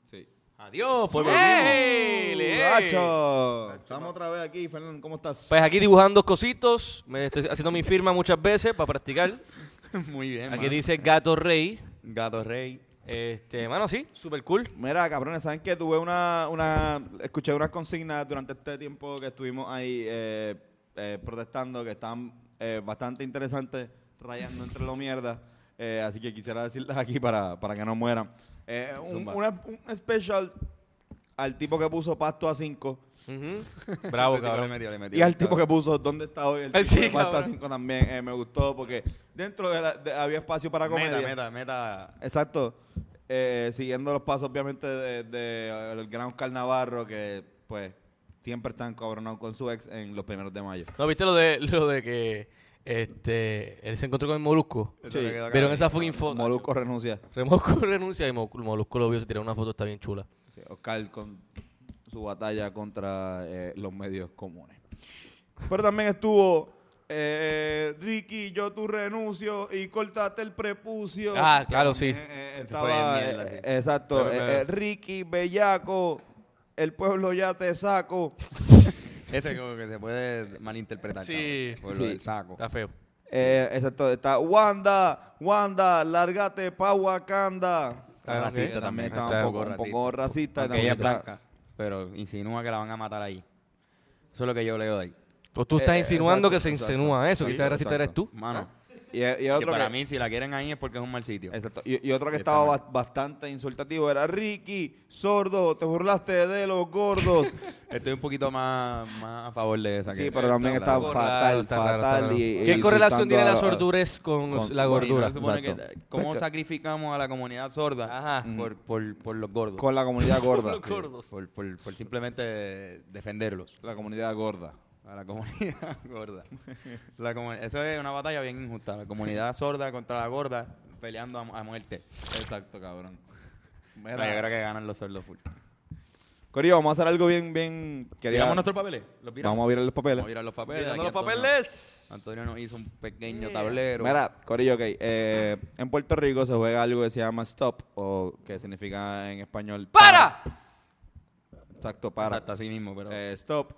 [SPEAKER 6] Sí.
[SPEAKER 1] Adiós, por Uh,
[SPEAKER 6] Gacho, estamos otra vez aquí, Fernando, ¿cómo estás?
[SPEAKER 2] Pues aquí dibujando cositos. Me estoy haciendo mi firma muchas veces para practicar.
[SPEAKER 1] Muy bien.
[SPEAKER 2] Aquí
[SPEAKER 1] mano.
[SPEAKER 2] dice Gato Rey.
[SPEAKER 1] Gato Rey.
[SPEAKER 2] Este, mano, sí, super cool.
[SPEAKER 3] Mira, cabrones, ¿saben que tuve una, una... Escuché unas consignas durante este tiempo que estuvimos ahí eh, eh, protestando que estaban eh, bastante interesantes, rayando entre lo mierda. Eh, así que quisiera decirlas aquí para, para que no mueran. Eh, un,
[SPEAKER 1] Zumba.
[SPEAKER 3] una- un special al tipo que puso pasto a 5
[SPEAKER 2] Ujú. Bravo,
[SPEAKER 1] Ese tipo le
[SPEAKER 2] cabrón.
[SPEAKER 1] metió, le metió,
[SPEAKER 3] y al
[SPEAKER 1] cabrón.
[SPEAKER 3] tipo que puso ¿Dónde está hoy? El
[SPEAKER 2] Ah,
[SPEAKER 3] tipo
[SPEAKER 2] sí,
[SPEAKER 3] de pasto a
[SPEAKER 2] cabrón.
[SPEAKER 3] 5 también eh, me gustó porque dentro de, la- de- había espacio para comedia.
[SPEAKER 1] Meta, meta, meta.
[SPEAKER 3] Exacto. Eh, siguiendo los pasos, obviamente, del de, eh, el gran Oscar Navarro, que pues siempre están cabronados con su ex en los primeros de mayo.
[SPEAKER 2] ¿No viste lo de, lo de que este, él se encontró con el Molusco?
[SPEAKER 3] Sí.
[SPEAKER 2] ¿Vieron esa fucking foto?
[SPEAKER 3] Moluco renuncia.
[SPEAKER 2] Molusco renuncia y Mo- Molusco lo vio, se tiró una foto, está bien chula.
[SPEAKER 3] Sí, Oscar con su batalla contra eh, los medios comunes. Pero también estuvo eh, Ricky, yo tu renuncio y cortate el prepucio.
[SPEAKER 2] Ah, claro, sí.
[SPEAKER 3] Eh, eh,
[SPEAKER 1] Ese
[SPEAKER 3] estaba,
[SPEAKER 1] fue de mierda,
[SPEAKER 3] eh,
[SPEAKER 1] sí.
[SPEAKER 3] exacto.
[SPEAKER 2] Pero,
[SPEAKER 3] eh,
[SPEAKER 2] pero-
[SPEAKER 3] eh, Ricky, bellaco, el pueblo ya te saco.
[SPEAKER 1] Ese como que se puede malinterpretar.
[SPEAKER 2] Sí.
[SPEAKER 1] cabrón, por
[SPEAKER 3] Sí.
[SPEAKER 1] lo del saco.
[SPEAKER 2] Está feo.
[SPEAKER 3] Eh, exacto, está Wanda, Wanda, lárgate pa' Wakanda.
[SPEAKER 2] Está
[SPEAKER 3] Sí, también,
[SPEAKER 2] racista
[SPEAKER 1] también,
[SPEAKER 3] está,
[SPEAKER 2] está
[SPEAKER 3] un, poco, un poco racista.
[SPEAKER 1] Aunque ella es
[SPEAKER 3] también está-
[SPEAKER 1] blanca, pero insinúa que la van a matar ahí. Eso es lo que yo leo de ahí.
[SPEAKER 2] Tú, tú estás
[SPEAKER 3] Eh,
[SPEAKER 2] insinuando
[SPEAKER 3] exacto,
[SPEAKER 2] que se
[SPEAKER 3] exacto.
[SPEAKER 2] insinúa eso,
[SPEAKER 3] Sí,
[SPEAKER 2] quizás racista
[SPEAKER 3] exacto.
[SPEAKER 2] eres tú.
[SPEAKER 1] Mano,
[SPEAKER 3] Y, y el
[SPEAKER 1] Que
[SPEAKER 3] otro
[SPEAKER 1] para
[SPEAKER 3] que-
[SPEAKER 1] mí, si la quieren ahí es porque es un mal sitio.
[SPEAKER 3] Exacto. Y, y otro que estaba ba- bastante insultativo era Ricky, sordo, te burlaste de los gordos.
[SPEAKER 1] Estoy un poquito más, más a favor de esa.
[SPEAKER 3] sí,
[SPEAKER 1] que-
[SPEAKER 3] pero también
[SPEAKER 1] Claro.
[SPEAKER 3] está
[SPEAKER 2] Está
[SPEAKER 3] fatal,
[SPEAKER 2] raro, está raro, está
[SPEAKER 3] fatal.
[SPEAKER 2] raro.
[SPEAKER 3] y- y
[SPEAKER 2] ¿Qué correlación
[SPEAKER 3] insultando
[SPEAKER 2] tiene
[SPEAKER 3] a-
[SPEAKER 2] la sordurez con,
[SPEAKER 3] con-
[SPEAKER 2] la
[SPEAKER 3] sí,
[SPEAKER 2] gordura?
[SPEAKER 1] Sí, no se supone
[SPEAKER 3] Exacto.
[SPEAKER 1] que- ¿Cómo
[SPEAKER 3] Pues que-
[SPEAKER 1] sacrificamos a la comunidad sorda
[SPEAKER 2] Ajá.
[SPEAKER 1] por, por, por los gordos?
[SPEAKER 3] Con la comunidad gorda.
[SPEAKER 2] Los gordos.
[SPEAKER 1] Por, por- por simplemente defenderlos.
[SPEAKER 3] la comunidad gorda.
[SPEAKER 1] A la comunidad gorda. La comu- eso es una batalla bien injusta. La comunidad sorda contra la gorda peleando a, a muerte.
[SPEAKER 3] Exacto, cabrón.
[SPEAKER 1] Pero
[SPEAKER 3] Mira,
[SPEAKER 1] yo creo que ganan los sordos full.
[SPEAKER 3] Corillo, vamos a hacer algo bien, bien. quería-
[SPEAKER 1] ¿Tiramos nuestros papeles? ¿Los viramos?
[SPEAKER 3] Vamos a virar los papeles.
[SPEAKER 1] Vamos a virar los papeles.
[SPEAKER 2] Mirando
[SPEAKER 1] Aquí
[SPEAKER 2] los
[SPEAKER 1] Antonio-
[SPEAKER 2] papeles.
[SPEAKER 1] Antonio nos hizo un pequeño
[SPEAKER 2] Yeah.
[SPEAKER 1] tablero.
[SPEAKER 3] Mira, Corillo, ok. eh, en Puerto Rico se juega algo que se llama stop, o que significa en español.
[SPEAKER 2] ¡Para!
[SPEAKER 3] Exacto, para.
[SPEAKER 1] Exacto, así mismo, pero...
[SPEAKER 3] Eh, stop.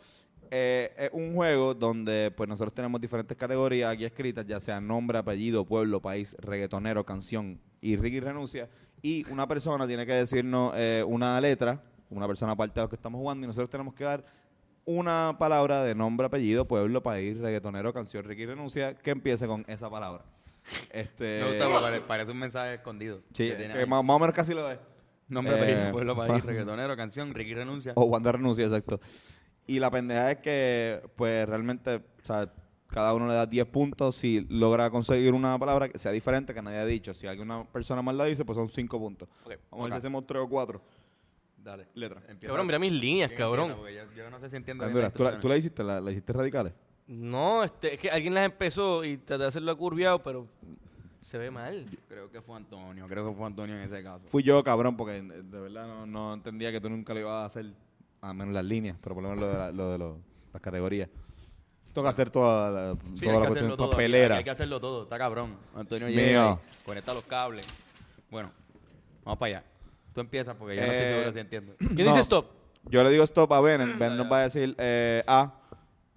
[SPEAKER 3] Eh, es un juego donde pues nosotros tenemos diferentes categorías aquí escritas, ya sea nombre, apellido, pueblo, país, reggaetonero, canción y Ricky renuncia. Y una persona tiene que decirnos eh, una letra, una persona aparte de los que estamos jugando, y nosotros tenemos que dar una palabra de nombre, apellido, pueblo, país, reggaetonero, canción, Ricky renuncia, que empiece con esa palabra. Este,
[SPEAKER 1] Me gusta porque pare- parece un mensaje escondido.
[SPEAKER 3] sí,
[SPEAKER 1] que tiene
[SPEAKER 3] que
[SPEAKER 1] ahí.
[SPEAKER 3] más, más o menos casi lo es.
[SPEAKER 1] Nombre,
[SPEAKER 3] eh,
[SPEAKER 1] apellido, pueblo, país,
[SPEAKER 3] pa- Oh.
[SPEAKER 1] reggaetonero, canción, Ricky renuncia.
[SPEAKER 3] O Wanda renuncia, exacto. Y la pendeja es que, pues realmente, o sea, cada uno le da 10 puntos si logra conseguir una palabra que sea diferente que nadie ha dicho. Si alguna persona más la dice, pues son 5 puntos.
[SPEAKER 2] Ok,
[SPEAKER 3] Vamos
[SPEAKER 1] ok.
[SPEAKER 3] a ver si hacemos 3 o 4.
[SPEAKER 1] Dale.
[SPEAKER 3] Oh, Letra.
[SPEAKER 1] Empieza.
[SPEAKER 2] Cabrón, mira mis líneas,
[SPEAKER 1] ¿Quién empieza?
[SPEAKER 2] cabrón.
[SPEAKER 1] Porque Yo, yo no sé si entiendo. bien
[SPEAKER 3] Honduras,
[SPEAKER 1] las
[SPEAKER 3] ¿tú, la,
[SPEAKER 1] instrucciones.
[SPEAKER 3] tú la hiciste, la, la hiciste radicales.
[SPEAKER 2] No, este, es que alguien las empezó y traté de hacerlo curviado, pero se ve mal.
[SPEAKER 1] Creo que fue Antonio, creo que fue Antonio en ese caso.
[SPEAKER 3] Fui yo, cabrón, porque eh, de verdad no, no entendía que tú nunca lo ibas a hacer, a menos las líneas, pero por lo menos lo de, la- lo de lo- las categorías. Toca hacer toda la,
[SPEAKER 1] Sí, hay que
[SPEAKER 3] toda la cuestión
[SPEAKER 1] hacerlo todo.
[SPEAKER 3] papelera.
[SPEAKER 1] Hay que hacerlo todo, está cabrón. Antonio
[SPEAKER 3] Mío.
[SPEAKER 1] llega, ahí, conecta los cables. Bueno, vamos para allá. Tú empiezas porque yo no estoy
[SPEAKER 3] Eh,
[SPEAKER 1] seguro si entiendo.
[SPEAKER 2] ¿Quién
[SPEAKER 3] No.
[SPEAKER 2] dice stop?
[SPEAKER 3] Yo le digo stop a Ben, Ben nos va a decir eh, A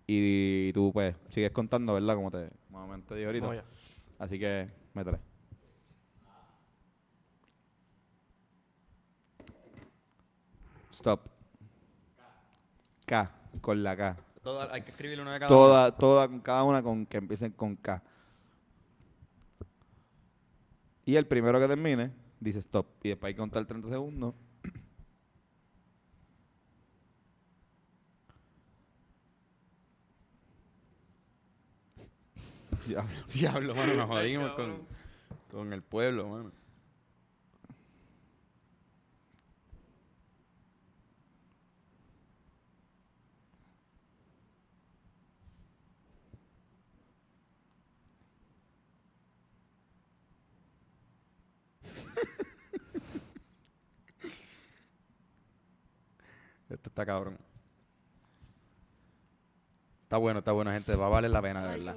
[SPEAKER 3] y tú pues sigues contando, ¿verdad? Como te, más o menos te dije
[SPEAKER 2] Vamos
[SPEAKER 3] ahorita.
[SPEAKER 2] allá.
[SPEAKER 3] Así que métele. Stop. K, con la K.
[SPEAKER 1] Toda- hay que escribirle una de cada uno.
[SPEAKER 3] Toda, toda, con cada una con que empiecen con K. Y el primero que termine dice stop. Y después hay que contar 30 segundos. Ya.
[SPEAKER 1] Diablo, mano, nos jodimos con, con el pueblo, mano. Esto está cabrón. Está bueno, está bueno, gente. Va a valer la pena, de verdad.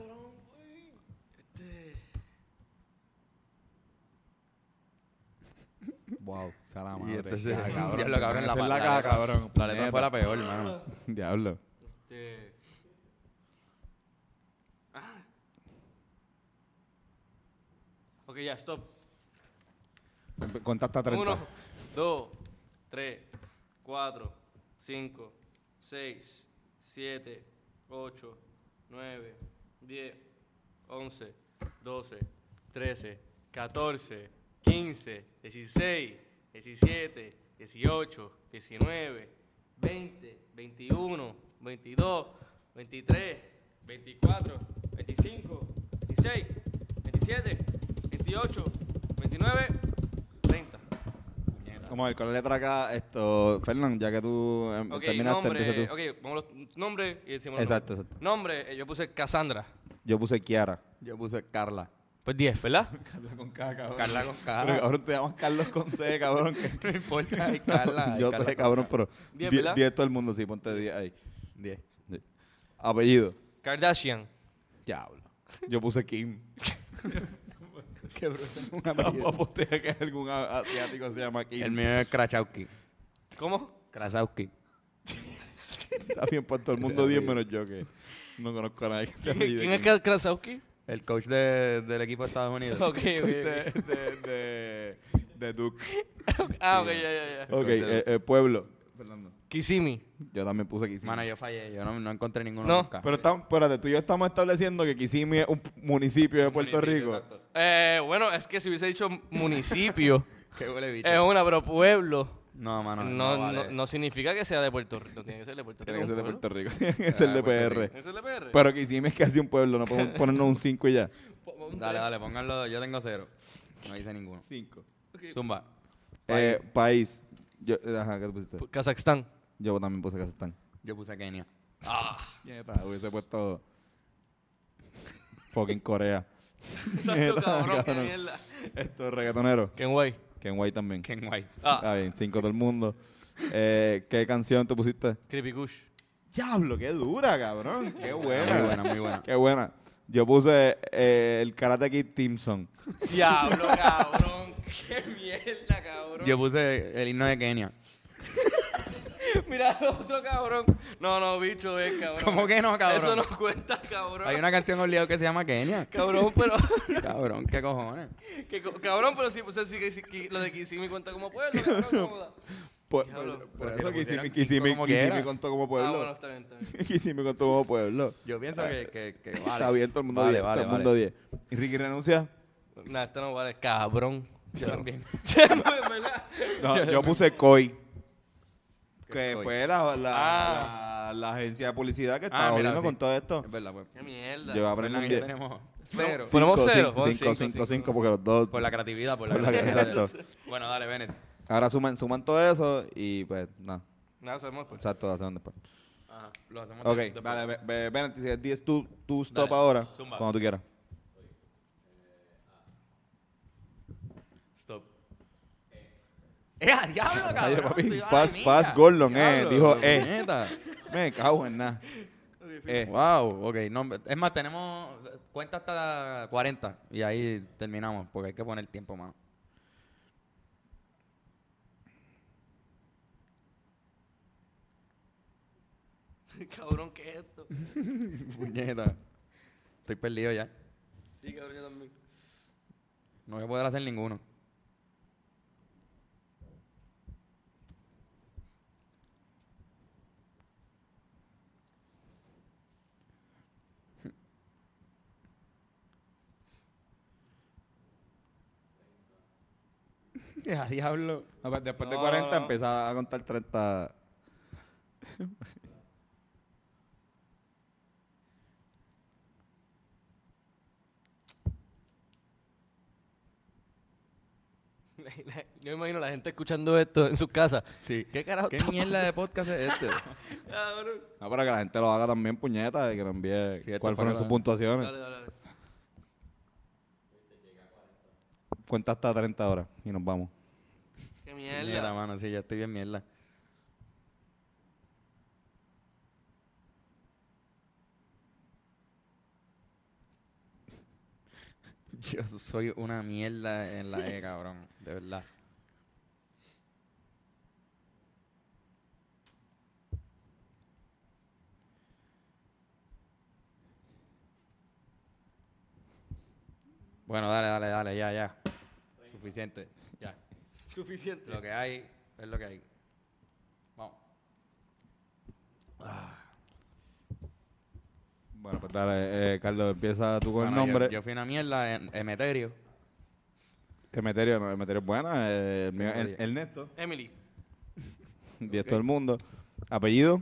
[SPEAKER 3] Wow, sea la
[SPEAKER 1] Y
[SPEAKER 3] madre.
[SPEAKER 1] entonces,
[SPEAKER 3] Ya, cabrón.
[SPEAKER 1] diablo, cabrón,
[SPEAKER 3] Esa
[SPEAKER 1] la
[SPEAKER 3] es
[SPEAKER 1] pa-
[SPEAKER 3] la
[SPEAKER 1] la
[SPEAKER 3] caja,
[SPEAKER 1] letra-
[SPEAKER 3] cabrón.
[SPEAKER 1] La letra fue
[SPEAKER 3] puñeta.
[SPEAKER 1] la peor, hermano.
[SPEAKER 3] Diablo.
[SPEAKER 2] Este, ah. Ok, ya, stop.
[SPEAKER 3] Contaste a 30.
[SPEAKER 2] Uno, dos, tres, cuatro, cinco, seis, siete, ocho, nueve, diez, once, doce, trece, catorce, quince, dieciséis, diecisiete, dieciocho, diecinueve, veinte, veintiuno, veintidós, veintitrés, veinticuatro, veinticinco, veintiséis, veintisiete, veintiocho, veintinueve, treinta.
[SPEAKER 3] Vamos a ver, con la letra acá, esto, Fernán, ya que tú em,
[SPEAKER 2] Ok,
[SPEAKER 3] terminaste,
[SPEAKER 2] nombre,
[SPEAKER 3] empieza tú.
[SPEAKER 2] ok, vamos a los nombres y decimos los
[SPEAKER 3] Exacto,
[SPEAKER 2] nombres. Nombre, eh, yo puse Cassandra.
[SPEAKER 3] Yo puse Kiara.
[SPEAKER 1] Yo puse Carla.
[SPEAKER 2] Pues 10, ¿verdad?
[SPEAKER 3] Carla con K, cabrón.
[SPEAKER 1] Carla con
[SPEAKER 3] Pero
[SPEAKER 1] K.
[SPEAKER 3] cabrón, te llamas Carlos con C, cabrón. que-
[SPEAKER 1] No importa, es Carla.
[SPEAKER 3] yo sé, cabrón, pero
[SPEAKER 2] Diez,
[SPEAKER 3] 10
[SPEAKER 2] ¿verdad?
[SPEAKER 3] todo el mundo, sí, ponte 10 ahí.
[SPEAKER 1] 10.
[SPEAKER 3] Apellido.
[SPEAKER 2] Kardashian.
[SPEAKER 3] Diablo. Yo puse Kim.
[SPEAKER 1] Qué bruto.
[SPEAKER 3] Vamos a postear que algún a- asiático se llama
[SPEAKER 1] El
[SPEAKER 3] Kim.
[SPEAKER 1] mío es Krasowski.
[SPEAKER 2] ¿Cómo?
[SPEAKER 1] Krasowski.
[SPEAKER 3] Está bien, pon todo el mundo 10 menos yo, que no conozco a nadie que se apellide
[SPEAKER 2] ¿Quién es
[SPEAKER 3] Kim.
[SPEAKER 2] Kra- Krasowski?
[SPEAKER 1] El coach de- del equipo de Estados Unidos.
[SPEAKER 2] Ok, ok.
[SPEAKER 3] De, de, de, de Duke.
[SPEAKER 2] ok. Ah, ok, ya, ya, ya.
[SPEAKER 3] Ok, eh, eh, pueblo. Fernando.
[SPEAKER 2] Kisimi.
[SPEAKER 3] Yo también puse Kissimmee.
[SPEAKER 1] Mano, yo fallé, yo no, no encontré ninguno
[SPEAKER 2] No.
[SPEAKER 1] nunca.
[SPEAKER 3] Pero estamos, espérate, tú y yo estamos estableciendo que Kissimmee es un p- municipio de Puerto Rico.
[SPEAKER 2] Eh, bueno, es que si hubiese dicho municipio,
[SPEAKER 1] Qué huele bicho.
[SPEAKER 2] es una, pero pueblo.
[SPEAKER 1] No, mano.
[SPEAKER 2] No,
[SPEAKER 1] No,
[SPEAKER 2] no,
[SPEAKER 1] vale.
[SPEAKER 2] no significa que sea de Puerto Rico. Tiene que ser de Puerto Rico.
[SPEAKER 3] Tiene que ser de
[SPEAKER 2] ¿un
[SPEAKER 3] Puerto Rico, tiene que ser de
[SPEAKER 1] Ah, Puerto
[SPEAKER 3] PR.
[SPEAKER 2] pueblo? ¿Es el de PR?
[SPEAKER 3] Pero Kissimmee es casi un pueblo, no podemos ponernos un 5 y ya.
[SPEAKER 2] Po- un
[SPEAKER 1] Dale,
[SPEAKER 2] tres.
[SPEAKER 1] dale, pónganlo. Yo tengo cero. No hice ninguno.
[SPEAKER 3] 5.
[SPEAKER 1] Zumba.
[SPEAKER 3] Eh, país. Yo, ajá, ¿qué tú pusiste?
[SPEAKER 2] P- Kazajstán.
[SPEAKER 3] Yo también puse Kazajstán.
[SPEAKER 1] Yo puse Kenia.
[SPEAKER 2] Ah,
[SPEAKER 3] Nieta, hubiese puesto fucking Corea.
[SPEAKER 2] Exacto, cabrón, qué
[SPEAKER 3] cabrón.
[SPEAKER 2] mierda.
[SPEAKER 3] Esto es reggaetonero.
[SPEAKER 2] Kenway.
[SPEAKER 3] Ken White también.
[SPEAKER 1] Ken White.
[SPEAKER 2] Ah,
[SPEAKER 3] Está bien, 5 todo el mundo. Eh, ¿Qué canción tú pusiste?
[SPEAKER 2] Creepy Kush.
[SPEAKER 3] Diablo, qué dura, cabrón. Qué
[SPEAKER 1] Muy buena, muy buena.
[SPEAKER 3] Qué buena. Yo puse eh, el Karate Kid Team Song.
[SPEAKER 2] Diablo, cabrón. Qué mierda, cabrón.
[SPEAKER 1] Yo puse el himno de Kenia.
[SPEAKER 2] Mira el otro cabrón. No, no, bicho, es cabrón.
[SPEAKER 1] ¿Cómo que no, cabrón?
[SPEAKER 2] Eso no cuenta, cabrón.
[SPEAKER 1] Hay una canción obligada que se llama Kenia.
[SPEAKER 2] Cabrón, pero.
[SPEAKER 1] Cabrón, qué cojones.
[SPEAKER 2] que co- cabrón, pero sí, pues, sí, que- sí, que lo de Kissimmee cuenta como pueblo, cabrón. ¿cómo da? Ah,
[SPEAKER 3] Por,
[SPEAKER 2] Diablo.
[SPEAKER 1] Pero si
[SPEAKER 3] por eso
[SPEAKER 1] le pusieron
[SPEAKER 3] Kissimmee-
[SPEAKER 1] cinco
[SPEAKER 3] Kissimmee-
[SPEAKER 1] como
[SPEAKER 3] Kissimmee
[SPEAKER 1] quieras.
[SPEAKER 3] contó como
[SPEAKER 2] Ah, bueno,
[SPEAKER 3] pueblo.
[SPEAKER 2] está bien, está bien.
[SPEAKER 3] Kissimmee contó como pueblo.
[SPEAKER 1] Yo pienso que, que, que vale.
[SPEAKER 3] Está bien, todo el mundo
[SPEAKER 1] Vale,
[SPEAKER 3] 10.
[SPEAKER 1] vale,
[SPEAKER 3] todo el mundo
[SPEAKER 1] vale.
[SPEAKER 3] 10. ¿Y Ricky renuncia?
[SPEAKER 2] Nah, esto no vale, cabrón.
[SPEAKER 1] Yo también.
[SPEAKER 2] ¿Verdad?
[SPEAKER 3] No, yo puse COI. Que
[SPEAKER 1] COI?
[SPEAKER 3] fue la, la, la-
[SPEAKER 2] Ah.
[SPEAKER 3] la agencia de publicidad que
[SPEAKER 1] Ah,
[SPEAKER 3] estaba
[SPEAKER 1] mira,
[SPEAKER 3] jodiendo
[SPEAKER 1] sí.
[SPEAKER 3] con todo esto.
[SPEAKER 1] Es verdad, pues.
[SPEAKER 2] Qué mierda.
[SPEAKER 3] Yo aprendí
[SPEAKER 1] Fernando
[SPEAKER 3] un
[SPEAKER 1] y yo
[SPEAKER 3] 10.
[SPEAKER 1] tenemos cero.
[SPEAKER 2] Sí. ¿Ponemos
[SPEAKER 3] Cinco,
[SPEAKER 2] cero?
[SPEAKER 3] cinco,
[SPEAKER 2] Pon
[SPEAKER 3] cinco,
[SPEAKER 2] cinco,
[SPEAKER 3] cinco,
[SPEAKER 2] cinco.
[SPEAKER 3] cinco, porque los dos.
[SPEAKER 1] Por la creatividad, por la
[SPEAKER 3] Por la-
[SPEAKER 1] creatividad.
[SPEAKER 3] exacto.
[SPEAKER 1] Bueno, dale, Bennett.
[SPEAKER 3] Ahora suman, suman todo eso y pues, no.
[SPEAKER 2] Nada, sabemos pues.
[SPEAKER 3] Exacto, hacen después.
[SPEAKER 1] Ajá, lo hacemos
[SPEAKER 3] Ok,
[SPEAKER 1] después.
[SPEAKER 3] vale, ve- ve- ven, si es 10, tú, tú stop
[SPEAKER 1] Dale,
[SPEAKER 3] ahora,
[SPEAKER 1] zumba.
[SPEAKER 3] cuando tú quieras.
[SPEAKER 1] Stop. ¡Eh, a diablo, cabrón!
[SPEAKER 3] Ay, papi,
[SPEAKER 1] Estoy a la
[SPEAKER 3] fast,
[SPEAKER 1] milla.
[SPEAKER 3] fast Gordon, eh,
[SPEAKER 1] Diablo,
[SPEAKER 3] dijo, eh,
[SPEAKER 1] puñeta.
[SPEAKER 3] me cago en nada. Eh,
[SPEAKER 1] Wow, ok. No, es más, tenemos cuenta hasta 40 y ahí terminamos porque hay que poner tiempo, mano.
[SPEAKER 2] Cabrón, ¿qué es esto?
[SPEAKER 1] Puñeta. Estoy perdido ya.
[SPEAKER 2] Sí, cabrón, yo también.
[SPEAKER 1] No voy a poder hacer ninguno. Ya, diablo.
[SPEAKER 3] no, pues, después de
[SPEAKER 2] No,
[SPEAKER 3] 40
[SPEAKER 2] no.
[SPEAKER 3] empieza a contar 30.
[SPEAKER 2] Yo me imagino la gente escuchando esto en sus casas.
[SPEAKER 1] Sí.
[SPEAKER 2] ¿Qué carajo?
[SPEAKER 1] ¿Qué
[SPEAKER 2] está
[SPEAKER 1] mierda de podcast es este?
[SPEAKER 2] pasando? Cabrón.
[SPEAKER 3] No, para que la gente lo haga también, puñeta, y que nos envíe
[SPEAKER 1] Sí, esto
[SPEAKER 3] cuáles
[SPEAKER 1] para
[SPEAKER 3] fueron
[SPEAKER 1] que
[SPEAKER 3] sus
[SPEAKER 1] la-
[SPEAKER 3] puntuaciones.
[SPEAKER 2] Dale, dale, dale.
[SPEAKER 3] Cuenta hasta 30 horas y nos vamos.
[SPEAKER 2] Qué
[SPEAKER 1] mierda,
[SPEAKER 2] mierda.
[SPEAKER 1] mano. Sí, ya estoy bien mierda. Yo soy una mierda en la E, cabrón. De verdad. Bueno, dale, dale, dale, ya, ya. Suficiente, ya.
[SPEAKER 2] Suficiente.
[SPEAKER 1] Lo que hay es lo que hay. Vamos.
[SPEAKER 3] Bueno, pues dale, eh, Carlos, empieza tú con
[SPEAKER 1] Mano,
[SPEAKER 3] el
[SPEAKER 1] yo-
[SPEAKER 3] nombre.
[SPEAKER 1] Yo, fui una mierda en Emeterio.
[SPEAKER 3] Emeterio, no, Emeterio es buena. eh, el mío es
[SPEAKER 1] Oye.
[SPEAKER 3] Ernesto,
[SPEAKER 2] Emily.
[SPEAKER 3] 10 todo el mundo. Apellido,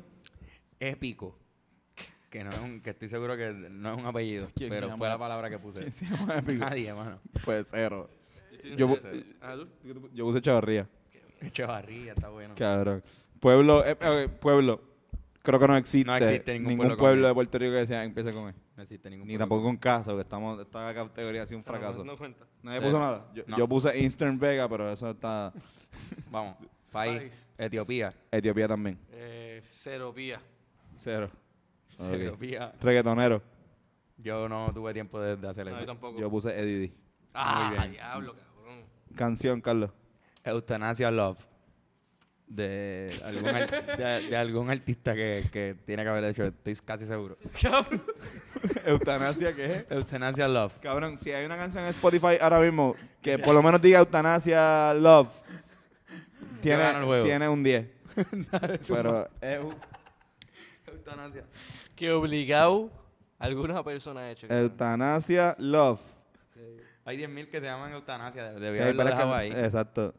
[SPEAKER 1] Épico. Que no es un, que estoy seguro que no es un apellido.
[SPEAKER 3] ¿Quién se
[SPEAKER 1] Pero
[SPEAKER 3] llama?
[SPEAKER 1] fue la palabra que puse. Nadie, mano.
[SPEAKER 3] pues cero.
[SPEAKER 2] estoy
[SPEAKER 3] Yo,
[SPEAKER 2] en
[SPEAKER 3] pu-
[SPEAKER 2] cero. Ah, ¿tú?
[SPEAKER 3] yo puse Chavarría.
[SPEAKER 1] Chavarría, está bueno.
[SPEAKER 3] Cabrón. Pueblo, eh, eh, pueblo. Creo que no existe,
[SPEAKER 1] No existe ningún
[SPEAKER 3] ningún,
[SPEAKER 1] pueblo
[SPEAKER 3] pueblo,
[SPEAKER 1] con E.
[SPEAKER 3] de Puerto Rico que sea empiece con E.
[SPEAKER 1] No existe ningún
[SPEAKER 3] Ni
[SPEAKER 1] problema.
[SPEAKER 3] tampoco con caso, que estamos esta categoría ha sido un
[SPEAKER 2] No, no,
[SPEAKER 3] fracaso.
[SPEAKER 2] No, cuenta.
[SPEAKER 3] Nadie
[SPEAKER 1] Sí.
[SPEAKER 3] puso nada. Yo,
[SPEAKER 1] No.
[SPEAKER 3] yo puse Eastern Vega, pero eso está
[SPEAKER 1] Vamos. País.
[SPEAKER 2] País.
[SPEAKER 1] Etiopía.
[SPEAKER 3] Etiopía también.
[SPEAKER 2] Eh, cero vía.
[SPEAKER 3] Cero. Ah, Ok.
[SPEAKER 1] Etiopía.
[SPEAKER 3] Reggaetonero.
[SPEAKER 1] Yo no tuve tiempo de, de hacer
[SPEAKER 2] No, yo
[SPEAKER 1] eso.
[SPEAKER 2] tampoco.
[SPEAKER 3] Yo puse Eddie D.
[SPEAKER 2] ah,
[SPEAKER 1] Muy bien.
[SPEAKER 2] diablo, cabrón.
[SPEAKER 3] Canción, Carlos.
[SPEAKER 1] Eutanasia Love. De algún, ar- de, de algún artista que, que tiene que haber hecho, estoy casi seguro.
[SPEAKER 3] Eutanasia, ¿qué es?
[SPEAKER 1] Eutanasia Love.
[SPEAKER 3] Cabrón, si hay una canción en Spotify ahora mismo que por lo menos diga Eutanasia Love, tiene,
[SPEAKER 1] gano el juego.
[SPEAKER 3] tiene un 10. Pero es eu-
[SPEAKER 1] Eutanasia.
[SPEAKER 2] Que obligado alguna persona ha hecho.
[SPEAKER 3] Eh,
[SPEAKER 2] cabrón.
[SPEAKER 3] eutanasia love.
[SPEAKER 1] Hay 10.000 que se llaman eutanasia. de-
[SPEAKER 3] Sí,
[SPEAKER 1] Debía
[SPEAKER 3] hay
[SPEAKER 1] haberlo
[SPEAKER 3] varias
[SPEAKER 1] dejado
[SPEAKER 3] can-
[SPEAKER 1] ahí.
[SPEAKER 3] Exacto.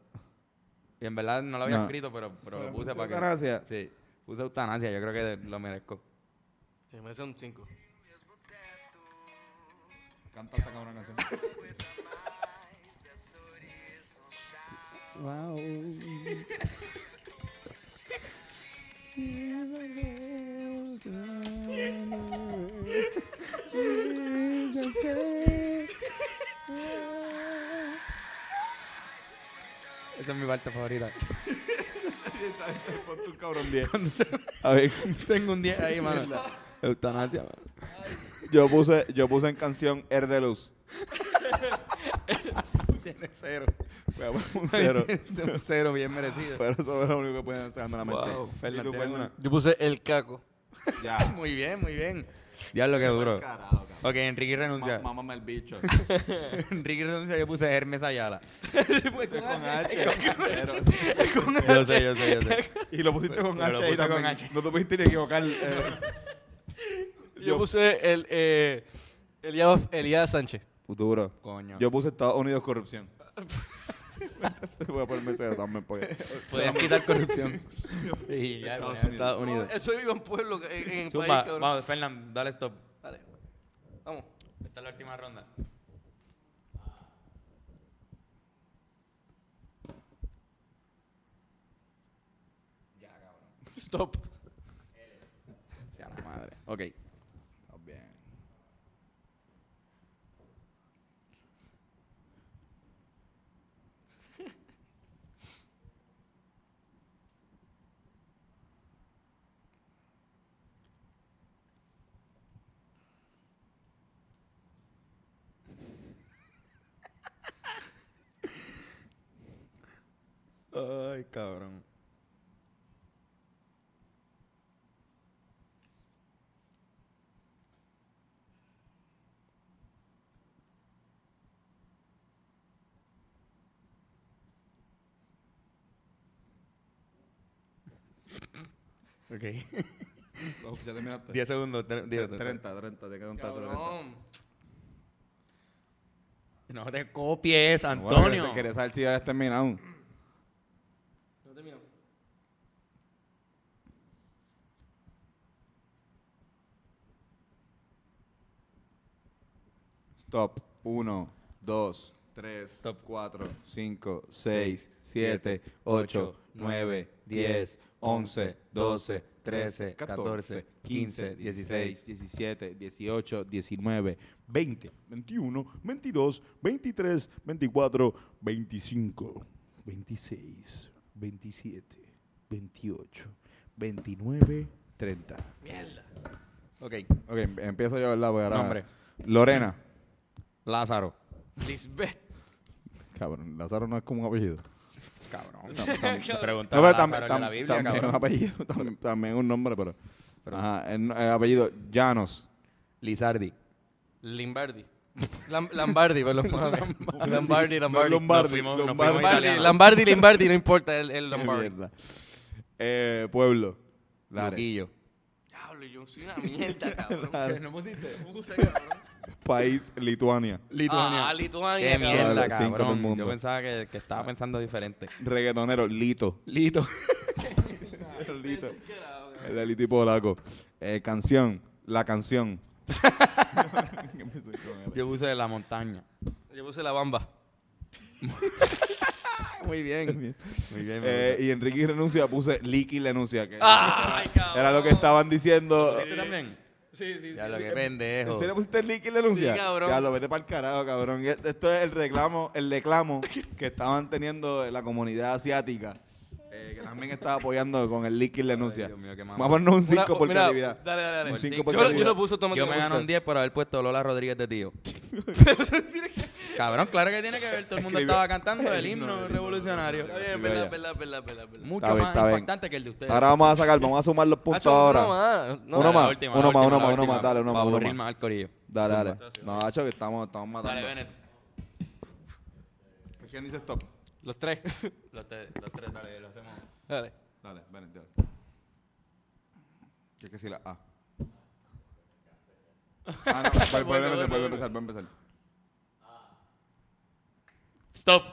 [SPEAKER 1] Y en verdad no lo había
[SPEAKER 3] No.
[SPEAKER 1] escrito, pero, pero lo puse para que...
[SPEAKER 3] Eutanasia.
[SPEAKER 1] Sí. Puse eutanasia. Yo creo que lo merezco.
[SPEAKER 2] Sí, me hace un 5.
[SPEAKER 7] Canta esta cabrona canción.
[SPEAKER 1] Esa es mi parte favorita.
[SPEAKER 3] Pon tu cabrón 10. A ver,
[SPEAKER 1] Tengo un 10 ahí, mano. Eutanasia, mano.
[SPEAKER 3] yo puse, yo puse en canción Er de Luz.
[SPEAKER 1] Tiene cero.
[SPEAKER 3] Voy a poner un cero.
[SPEAKER 1] Es un cero bien merecido.
[SPEAKER 3] Pero eso es lo único que pueden hacer la mente.
[SPEAKER 2] Wow.
[SPEAKER 3] ¿Y tú,
[SPEAKER 1] Fernan, tiene
[SPEAKER 3] Fernan?
[SPEAKER 2] Yo puse el caco.
[SPEAKER 1] una-
[SPEAKER 7] Ya.
[SPEAKER 1] Muy bien, muy bien. Diablo que duro.
[SPEAKER 7] Carajo, cabrón.
[SPEAKER 1] Ok, Enrique renuncia.
[SPEAKER 7] Má- Mámame el bicho.
[SPEAKER 1] Enrique renuncia, yo puse Hermes Ayala.
[SPEAKER 3] Con H. Pero-
[SPEAKER 1] Yo sé, yo sé, yo sé.
[SPEAKER 3] Y lo pusiste con
[SPEAKER 1] Pero lo
[SPEAKER 3] H ahí
[SPEAKER 1] puse con
[SPEAKER 3] también.
[SPEAKER 1] H.
[SPEAKER 3] No te pudiste ni equivocar. eh.
[SPEAKER 2] Yo puse el eh, Elías, Elías Sánchez.
[SPEAKER 3] Duro.
[SPEAKER 1] Coño.
[SPEAKER 3] Yo puse Estados Unidos corrupción. Voy a ponerme cero también porque.
[SPEAKER 1] Podías quitar corrupción. Sí, ya,
[SPEAKER 7] Estados Unidos.
[SPEAKER 1] Estados Unidos. Estados Unidos.
[SPEAKER 2] Ah, Eso vive en pueblo, en, en el país,
[SPEAKER 1] Zumba,
[SPEAKER 2] cabrón.
[SPEAKER 1] vamos, Fernan, dale stop.
[SPEAKER 2] Dale. Vamos.
[SPEAKER 1] Esta es la última ronda.
[SPEAKER 2] Stop.
[SPEAKER 1] Ya la madre. Ok.
[SPEAKER 3] Bien.
[SPEAKER 1] Ay, cabrón. Ok.
[SPEAKER 3] Oh, Ya terminaste.
[SPEAKER 1] 10 segundos. tre- diez,
[SPEAKER 3] 30, 30, 30, te quedan 30.
[SPEAKER 2] Cabrón.
[SPEAKER 1] No te copies,
[SPEAKER 3] Bueno,
[SPEAKER 1] Antonio.
[SPEAKER 3] que- Quería saber si ya habías
[SPEAKER 1] este
[SPEAKER 3] terminado.
[SPEAKER 2] No terminó.
[SPEAKER 3] Stop. 1, 2, 3,
[SPEAKER 1] Stop.
[SPEAKER 3] 4, 5,
[SPEAKER 1] Seis,
[SPEAKER 3] 6, 7, 8,
[SPEAKER 1] ocho,
[SPEAKER 3] 9,
[SPEAKER 1] nueve,
[SPEAKER 3] 10, 11, 12,
[SPEAKER 1] 13,
[SPEAKER 3] 13, 14, 15, 16, 17, 18, 19, 20, 21, 22, 23, 24, 25, 26, 27, 28, 29, 30.
[SPEAKER 1] Ok.
[SPEAKER 3] Ok, em- empiezo yo, ¿verdad? Voy a
[SPEAKER 1] Nombre.
[SPEAKER 3] Lorena.
[SPEAKER 1] Lázaro.
[SPEAKER 2] Lisbeth.
[SPEAKER 3] Cabrón, Lázaro no es como un apellido.
[SPEAKER 1] Cabrón. Te preguntaba
[SPEAKER 3] No, pero
[SPEAKER 1] Lázaro
[SPEAKER 3] tam-
[SPEAKER 1] el de
[SPEAKER 3] tam-
[SPEAKER 1] la Biblia,
[SPEAKER 3] también
[SPEAKER 1] cabrón.
[SPEAKER 3] un apellido, también, también un nombre, pero. Ajá, el, el apellido Llanos.
[SPEAKER 1] Lizardi.
[SPEAKER 2] Limbardi. Lam- Lambardi, perdón. perdóname. Lambardi, Lambardi.
[SPEAKER 3] Lombardi,
[SPEAKER 1] Nos fuimos- nos fuimos
[SPEAKER 3] Lombardi.
[SPEAKER 2] Lambardi,
[SPEAKER 1] italianos.
[SPEAKER 2] Lambardi, Limbardi, no importa, el, el
[SPEAKER 3] Qué
[SPEAKER 2] Lombardi.
[SPEAKER 3] mierda. Eh, pueblo. Lares.
[SPEAKER 1] Luquillo.
[SPEAKER 2] Diablo, yo soy una mierda, cabrón.
[SPEAKER 3] Ah.
[SPEAKER 1] ¿Qué, ¿No pusiste?
[SPEAKER 2] Usa, cabrón.
[SPEAKER 3] País, Lituania.
[SPEAKER 2] Ah, Lituania.
[SPEAKER 1] Qué
[SPEAKER 2] cabrón.
[SPEAKER 1] mierda,
[SPEAKER 3] Vale, cinco del
[SPEAKER 1] cabrón. Yo
[SPEAKER 3] mundo.
[SPEAKER 1] pensaba que, que estaba pensando diferente.
[SPEAKER 3] Reggaetonero, Lito.
[SPEAKER 1] Ah. Lito.
[SPEAKER 3] El Lito. El de Lito y Polaco. Eh, canción, la canción.
[SPEAKER 1] Yo puse la montaña.
[SPEAKER 2] Yo puse la bamba.
[SPEAKER 1] Muy bien. Muy bien.
[SPEAKER 3] Ah, Eh, y Enrique renuncia, puse Liki renuncia. Que
[SPEAKER 2] ¡Ay, cabrón!
[SPEAKER 3] Era lo que estaban diciendo.
[SPEAKER 1] ¿Este también?
[SPEAKER 2] Sí, sí, sí.
[SPEAKER 1] Ya lo que
[SPEAKER 3] eh, ¿En
[SPEAKER 1] pendejo.
[SPEAKER 3] serio pusiste el link y le anuncia?
[SPEAKER 2] Sí, cabrón.
[SPEAKER 3] Ya lo vete para el carajo, cabrón. Y Esto es el reclamo, el reclamo que estaban teniendo la comunidad asiática. eh, que también estaba apoyando con el link y le anuncia.
[SPEAKER 1] Dios mío, qué mamá.
[SPEAKER 3] Vamos a ponernos un 5
[SPEAKER 2] Una-
[SPEAKER 3] por
[SPEAKER 2] mira,
[SPEAKER 3] creatividad.
[SPEAKER 2] Dale, dale, dale.
[SPEAKER 3] Un
[SPEAKER 1] Sí.
[SPEAKER 3] cinco por
[SPEAKER 2] Yo, lo- yo
[SPEAKER 3] creatividad.
[SPEAKER 2] lo puse
[SPEAKER 1] Yo me
[SPEAKER 2] automáticamente.
[SPEAKER 1] gano un 10 por haber puesto Lola Rodríguez de tío. Cabrón, claro que tiene que ver. Todo el mundo
[SPEAKER 3] Escribió-
[SPEAKER 1] estaba cantando el
[SPEAKER 3] el himno, el
[SPEAKER 1] himno
[SPEAKER 3] himno
[SPEAKER 1] revolucionario.
[SPEAKER 2] Está bien, es verdad, es verdad, es verdad, es verdad, es verdad.
[SPEAKER 1] Mucho
[SPEAKER 3] Está bien,
[SPEAKER 1] más
[SPEAKER 3] está bien.
[SPEAKER 1] impactante que el de ustedes.
[SPEAKER 3] Ahora vamos a sacar, vamos a sumar los puntos
[SPEAKER 2] Hacho,
[SPEAKER 3] ahora.
[SPEAKER 2] uno más.
[SPEAKER 3] Uno
[SPEAKER 2] No,
[SPEAKER 1] Dale, la última, la
[SPEAKER 3] más, uno más,
[SPEAKER 1] última,
[SPEAKER 3] uno
[SPEAKER 1] la
[SPEAKER 3] más, uno
[SPEAKER 1] última,
[SPEAKER 3] más. Dale, uno
[SPEAKER 1] para
[SPEAKER 3] más, uno
[SPEAKER 1] aburrir
[SPEAKER 3] más.
[SPEAKER 1] al corillo.
[SPEAKER 3] Dale, dale. No, hacho, que estamos, estamos matando.
[SPEAKER 2] Dale, Bennett.
[SPEAKER 3] ¿Quién dice stop?
[SPEAKER 2] Los tres. los tres, los tres, dale, lo hacemos. Dale.
[SPEAKER 8] Dale, ven, dale. ¿Qué es que si la A? Ah, no, vuelve- vuelve a empezar, vuelve a empezar, vuelve a empezar.
[SPEAKER 2] Stop.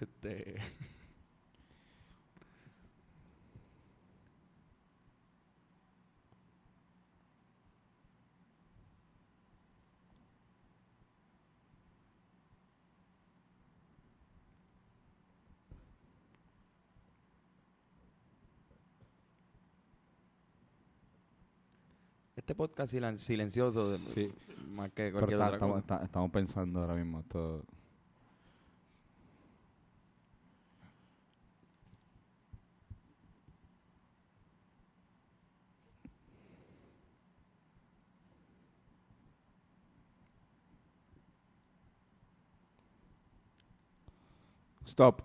[SPEAKER 1] Este. Este podcast silen- silencioso, de-
[SPEAKER 3] Sí.
[SPEAKER 1] más que
[SPEAKER 3] Pero
[SPEAKER 1] cualquier
[SPEAKER 3] está-
[SPEAKER 1] otra
[SPEAKER 3] estamos,
[SPEAKER 1] cosa.
[SPEAKER 3] está- estamos pensando ahora mismo todo. Stop.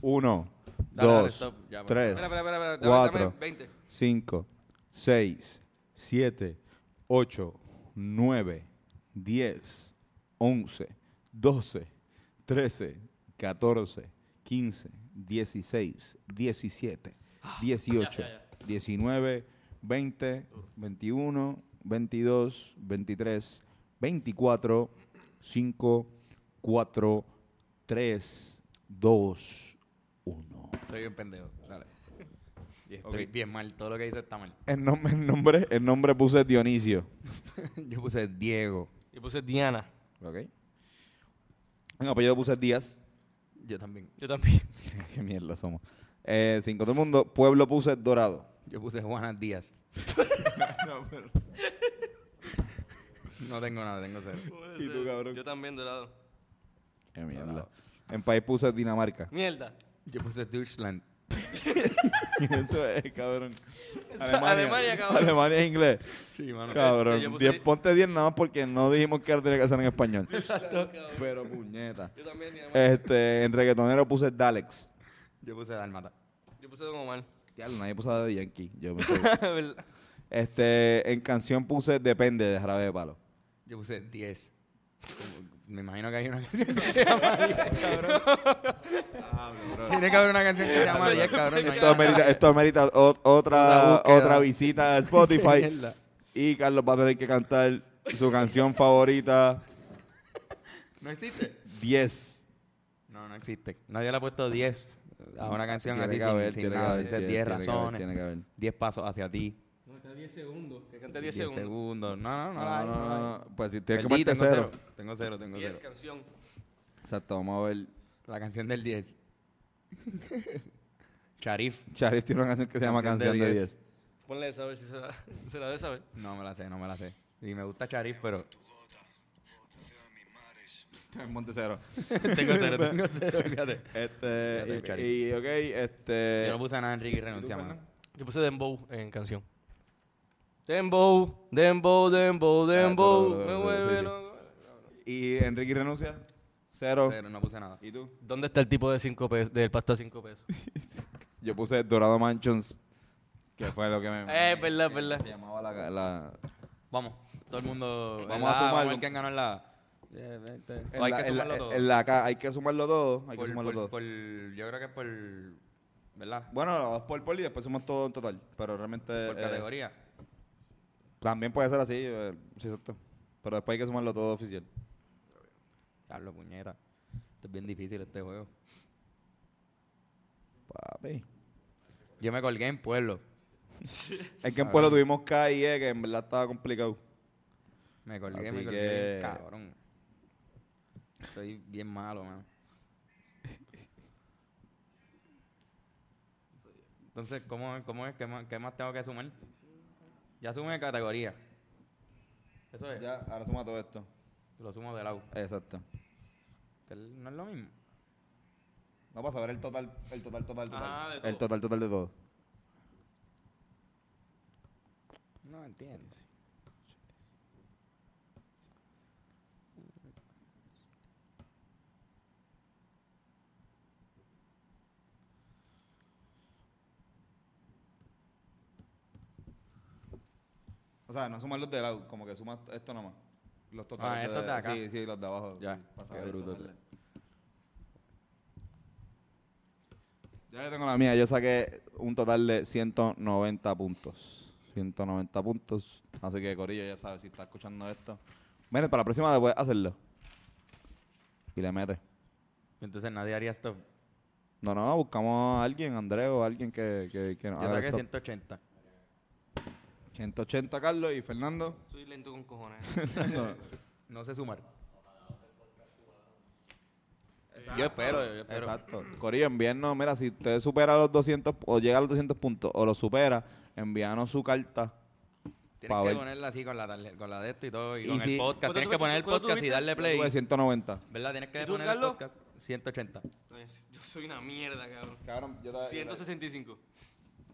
[SPEAKER 3] Uno,
[SPEAKER 1] Dale, dale,
[SPEAKER 3] dos,
[SPEAKER 1] stop, ya, pues. por
[SPEAKER 3] tres,
[SPEAKER 2] Espera, espera, espera. espera. Dame,
[SPEAKER 3] Cuatro.
[SPEAKER 2] dame 20.
[SPEAKER 3] 5, 6, 7, 8, 9, 10, 11, 12, 13, 14, 15, 16, 17, 18,
[SPEAKER 2] Ah, ya, ya.
[SPEAKER 3] 19, 20, 21, 22, 23, 24, 5, 4, 3, 2, 1.
[SPEAKER 1] Soy un pendejo. Dale. Y estoy
[SPEAKER 3] Ok.
[SPEAKER 1] bien mal. Todo lo que dice está mal.
[SPEAKER 3] El nom- el nombre, el nombre puse Dionisio.
[SPEAKER 1] Yo puse Diego.
[SPEAKER 2] Y puse Diana.
[SPEAKER 3] Ok. En apellido puse Díaz.
[SPEAKER 1] Yo también.
[SPEAKER 2] Yo también.
[SPEAKER 3] Qué mierda somos. Eh, cinco, todo el mundo. Pueblo puse Dorado.
[SPEAKER 1] Yo puse Juana Díaz. no tengo nada, tengo cero.
[SPEAKER 3] ¿Y tú, cabrón?
[SPEAKER 2] Yo también, dorado.
[SPEAKER 3] Qué mierda. En país puse Dinamarca.
[SPEAKER 2] Mierda.
[SPEAKER 1] Yo puse Deutschland.
[SPEAKER 3] Eso es, cabrón.
[SPEAKER 2] Alemania, cabrón.
[SPEAKER 3] Alemania es inglés.
[SPEAKER 1] Sí, mano.
[SPEAKER 2] Yo
[SPEAKER 3] Cabrón.
[SPEAKER 2] puse-
[SPEAKER 3] Diez- ponte 10 nada más porque no dijimos que ahora tenía que ser en español. Pero puñeta.
[SPEAKER 2] Yo también, Dinamarca.
[SPEAKER 3] Este, en reggaetonero puse Dalex.
[SPEAKER 1] Yo puse Dalmata.
[SPEAKER 2] Yo puse Don Omar.
[SPEAKER 3] Diablo, nadie puso a Daddy Yankee. Yo me equivoqué.
[SPEAKER 2] ¿Verdad?
[SPEAKER 3] este, en canción puse Depende de Jarabe de Palo.
[SPEAKER 1] Yo puse 10. Como- Me imagino que hay una canción que se llama 10, cabrón. Ah, Tiene que haber una canción que se llama 10, cabrón.
[SPEAKER 3] Esto amerita, esto amerita o- otra,
[SPEAKER 1] Una búsqueda.
[SPEAKER 3] otra visita a Spotify.
[SPEAKER 1] Mierda.
[SPEAKER 3] y Carlos va a tener que cantar su canción favorita,
[SPEAKER 1] ¿No existe?
[SPEAKER 3] 10.
[SPEAKER 1] No, no existe. Nadie le ha puesto 10 a Ah, una canción
[SPEAKER 3] Tiene
[SPEAKER 1] así
[SPEAKER 3] que
[SPEAKER 1] sin,
[SPEAKER 3] haber,
[SPEAKER 1] sin
[SPEAKER 3] tiene que
[SPEAKER 1] nada.
[SPEAKER 3] haber,
[SPEAKER 1] Dice
[SPEAKER 3] tiene-
[SPEAKER 1] 10
[SPEAKER 3] tiene que haber, tiene que haber.
[SPEAKER 1] razones, 10 pasos hacia ti,
[SPEAKER 2] No, está 10 segundos. Que cante 10
[SPEAKER 1] 10
[SPEAKER 2] segundos.
[SPEAKER 1] segundos. No, no, no. la
[SPEAKER 3] No,
[SPEAKER 1] hay,
[SPEAKER 3] no,
[SPEAKER 1] la hay.
[SPEAKER 3] no, no. Pues si tienes que
[SPEAKER 1] Perdí,
[SPEAKER 3] ponerte
[SPEAKER 1] tengo
[SPEAKER 3] cero.
[SPEAKER 1] cero. Tengo cero, tengo
[SPEAKER 2] 10
[SPEAKER 1] cero.
[SPEAKER 2] canción.
[SPEAKER 3] Exacto, vamos a ver.
[SPEAKER 1] La canción del 10. Sharif.
[SPEAKER 3] Charif tiene una canción que se llama Canción de 10.
[SPEAKER 2] Ponle esa a ver si se la, se la debe saber.
[SPEAKER 1] No me la sé, no me la sé. Y me gusta Sharif, pero
[SPEAKER 3] Monte cero.
[SPEAKER 1] tengo cero, tengo cero, fíjate. Ya tengo
[SPEAKER 3] Este,
[SPEAKER 1] Charif.
[SPEAKER 3] y, y, ok, este...
[SPEAKER 1] Yo no puse nada a Enrique Eh, y renuncia, mano.
[SPEAKER 2] Yo puse Dembow en canción. Dembow, Dembow, Dembow,
[SPEAKER 3] Ah,
[SPEAKER 2] Dembow.
[SPEAKER 3] duro, duro,
[SPEAKER 2] me
[SPEAKER 3] duro,
[SPEAKER 2] vuelve
[SPEAKER 3] sí, sí.
[SPEAKER 2] loco.
[SPEAKER 3] ¿Y Enrique renuncia? Cero.
[SPEAKER 1] Cero, no puse nada.
[SPEAKER 3] ¿Y tú?
[SPEAKER 2] ¿Dónde está el tipo de 5 pesos, del pasto a 5 pesos?
[SPEAKER 3] Yo puse Dorado Mansions, que fue lo que me...
[SPEAKER 2] eh, verdad, verdad.
[SPEAKER 3] Se llamaba la... la-
[SPEAKER 1] Vamos, todo el mundo.
[SPEAKER 3] Vamos a
[SPEAKER 1] Ah, Vamos a ver
[SPEAKER 3] sumar.
[SPEAKER 1] quién ganó en la. Eh, veinte.
[SPEAKER 3] en
[SPEAKER 1] O hay
[SPEAKER 3] la-
[SPEAKER 1] que
[SPEAKER 3] en la-
[SPEAKER 1] sumarlo todo.
[SPEAKER 3] en la ca- hay que sumarlo todo. Hay que
[SPEAKER 1] Por-
[SPEAKER 3] sumarlo
[SPEAKER 1] por-
[SPEAKER 3] todo.
[SPEAKER 1] por- Yo creo que por. ¿Verdad?
[SPEAKER 3] Bueno, lo vas por poli y después sumas todo en total. Pero realmente.
[SPEAKER 1] Por
[SPEAKER 3] eh,
[SPEAKER 1] categoría.
[SPEAKER 3] También puede ser así, eh, sí, exacto. Pero después hay que sumarlo todo oficial.
[SPEAKER 1] Carlos, puñeta. Esto es bien difícil este juego.
[SPEAKER 3] Papi.
[SPEAKER 1] Yo me colgué en Pueblo.
[SPEAKER 3] Es que
[SPEAKER 1] Ah,
[SPEAKER 3] en Pueblo tuvimos K y E, que en verdad estaba complicado.
[SPEAKER 1] Me colgué,
[SPEAKER 3] Así
[SPEAKER 1] me colgué.
[SPEAKER 3] que-
[SPEAKER 1] bien Cabrón. Soy bien malo, man. Entonces, ¿cómo, cómo es? ¿Qué más, ¿Qué más tengo que sumar? Ya sume categoría. Eso es.
[SPEAKER 3] Ya, ahora suma todo esto.
[SPEAKER 1] Lo sumo de lado.
[SPEAKER 3] Exacto.
[SPEAKER 1] Que no es lo mismo.
[SPEAKER 3] No, para saber el total, el total, total, total.
[SPEAKER 2] Ah, de
[SPEAKER 3] el
[SPEAKER 2] todo.
[SPEAKER 3] total, total de todo.
[SPEAKER 1] No entiendes.
[SPEAKER 3] O sea, no sumas los de lado, como que sumas esto nomás. Los totales.
[SPEAKER 1] Ah, estos de acá.
[SPEAKER 3] Sí, sí, los de abajo.
[SPEAKER 1] Ya,
[SPEAKER 3] para
[SPEAKER 1] qué
[SPEAKER 3] saber el
[SPEAKER 1] bruto
[SPEAKER 3] total
[SPEAKER 1] ese.
[SPEAKER 3] de- Ya yo tengo la mía, yo saqué un total de 190 puntos. 190 puntos. Así que Corillo ya sabe si está escuchando esto. Miren, para la próxima vez puedes hacerlo. Y le metes.
[SPEAKER 1] Entonces nadie haría esto.
[SPEAKER 3] No, no, buscamos a alguien, Andrés o alguien que, que, que nos
[SPEAKER 1] Yo
[SPEAKER 3] haga
[SPEAKER 1] saqué
[SPEAKER 3] esto.
[SPEAKER 1] 180.
[SPEAKER 3] 180 Carlos y Fernando.
[SPEAKER 2] Soy lento con cojones.
[SPEAKER 3] No.
[SPEAKER 1] No sé sumar.
[SPEAKER 3] Yo espero, yo espero. Exacto. Corillo, envíennos, mira, si usted supera los 200 o llega a los 200 puntos o lo supera, envíanos su carta.
[SPEAKER 1] Tienes
[SPEAKER 3] Pa'
[SPEAKER 1] que
[SPEAKER 3] ver.
[SPEAKER 1] ponerla así con la, tarje- con la de esto y todo. Y,
[SPEAKER 3] Y
[SPEAKER 1] con
[SPEAKER 3] si-
[SPEAKER 1] el podcast.
[SPEAKER 2] ¿Cuánto
[SPEAKER 1] Tienes que
[SPEAKER 2] tuviste?
[SPEAKER 1] poner el
[SPEAKER 2] ¿Cuánto
[SPEAKER 1] podcast y
[SPEAKER 2] tuviste?
[SPEAKER 1] darle
[SPEAKER 3] Yo tuve
[SPEAKER 1] play.
[SPEAKER 3] 190.
[SPEAKER 1] ¿Verdad? Tienes que
[SPEAKER 2] ¿Y tú,
[SPEAKER 1] poner el
[SPEAKER 2] Carlos?
[SPEAKER 1] podcast. 180.
[SPEAKER 2] Yo soy una mierda, cabrón.
[SPEAKER 3] Cabrón, yo
[SPEAKER 2] 165.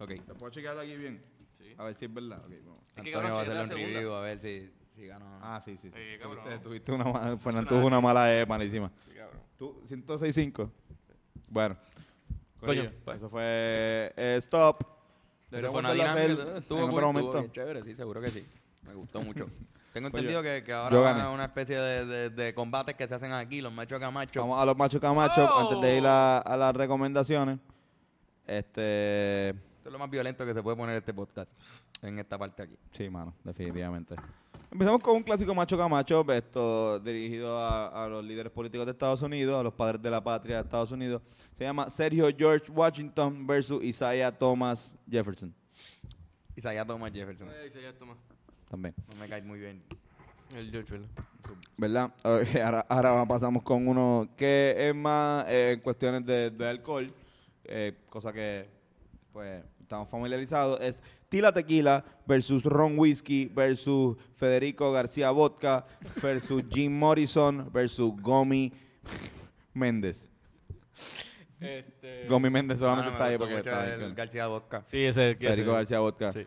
[SPEAKER 1] Ok.
[SPEAKER 3] ¿Te puedo chequear aquí bien?
[SPEAKER 2] Sí.
[SPEAKER 3] A ver si es verdad. Ok, vamos.
[SPEAKER 2] Es que,
[SPEAKER 1] Antonio va a
[SPEAKER 2] cabrón,
[SPEAKER 1] hacerle un
[SPEAKER 2] chequeate la
[SPEAKER 1] review a ver si, si gano o no.
[SPEAKER 3] Ah, sí, sí. sí.
[SPEAKER 2] Eh, cabrón.
[SPEAKER 3] Tuviste, tuviste una mala, Fernando
[SPEAKER 2] una-
[SPEAKER 3] tuvo una mala E malísima.
[SPEAKER 2] Sí, cabrón.
[SPEAKER 3] Tú, 106.5. Bueno.
[SPEAKER 1] Coño,
[SPEAKER 3] Corillo,
[SPEAKER 1] pues.
[SPEAKER 3] Eso fue eh, Stop.
[SPEAKER 1] Esa
[SPEAKER 3] Deberíamos
[SPEAKER 1] fue una
[SPEAKER 3] volverlo a hacer
[SPEAKER 1] dinámica. Estuvo
[SPEAKER 3] en
[SPEAKER 1] cool,
[SPEAKER 3] otro
[SPEAKER 1] estuvo
[SPEAKER 3] momento.
[SPEAKER 1] bien chévere, sí, seguro que sí. Me gustó mucho. Tengo
[SPEAKER 3] Pues
[SPEAKER 1] entendido
[SPEAKER 3] yo-
[SPEAKER 1] que, que ahora
[SPEAKER 3] yo
[SPEAKER 1] van
[SPEAKER 3] gané.
[SPEAKER 1] a una especie de, de- de combates que se hacen aquí, los machos camachos.
[SPEAKER 3] Vamos a los machos camachos
[SPEAKER 2] ¡Oh!
[SPEAKER 3] antes de ir a, a las recomendaciones. Este.
[SPEAKER 1] Esto es lo más violento que se puede poner este podcast en esta parte aquí.
[SPEAKER 3] Sí, mano, definitivamente. Empezamos con un clásico macho camacho, esto dirigido a, a los líderes políticos de Estados Unidos, a los padres de la patria de Estados Unidos. Se llama Sergio George Washington versus Isaiah Thomas Jefferson.
[SPEAKER 1] Isaiah Thomas Jefferson.
[SPEAKER 2] Ay, se ya toma.
[SPEAKER 3] También.
[SPEAKER 1] No me cae muy bien.
[SPEAKER 2] El George, ¿verdad?
[SPEAKER 3] ¿Verdad? Ok, ahora, ahora pasamos con uno que es más eh, en cuestiones de, de alcohol, eh, cosa que pues estamos familiarizados, es Tila Tequila versus Ron Whiskey versus Federico García Vodka versus Jim Morrison versus Gomi Méndez.
[SPEAKER 2] Este...
[SPEAKER 3] Gomi Méndez solamente
[SPEAKER 1] Ah, no, me
[SPEAKER 3] está ahí
[SPEAKER 1] gustó
[SPEAKER 3] porque
[SPEAKER 1] mucho
[SPEAKER 3] está
[SPEAKER 1] el
[SPEAKER 3] bien.
[SPEAKER 1] García Bosca.
[SPEAKER 2] Sí, ese es el que
[SPEAKER 3] Federico
[SPEAKER 2] hace-
[SPEAKER 3] García Vodka.
[SPEAKER 2] Sí.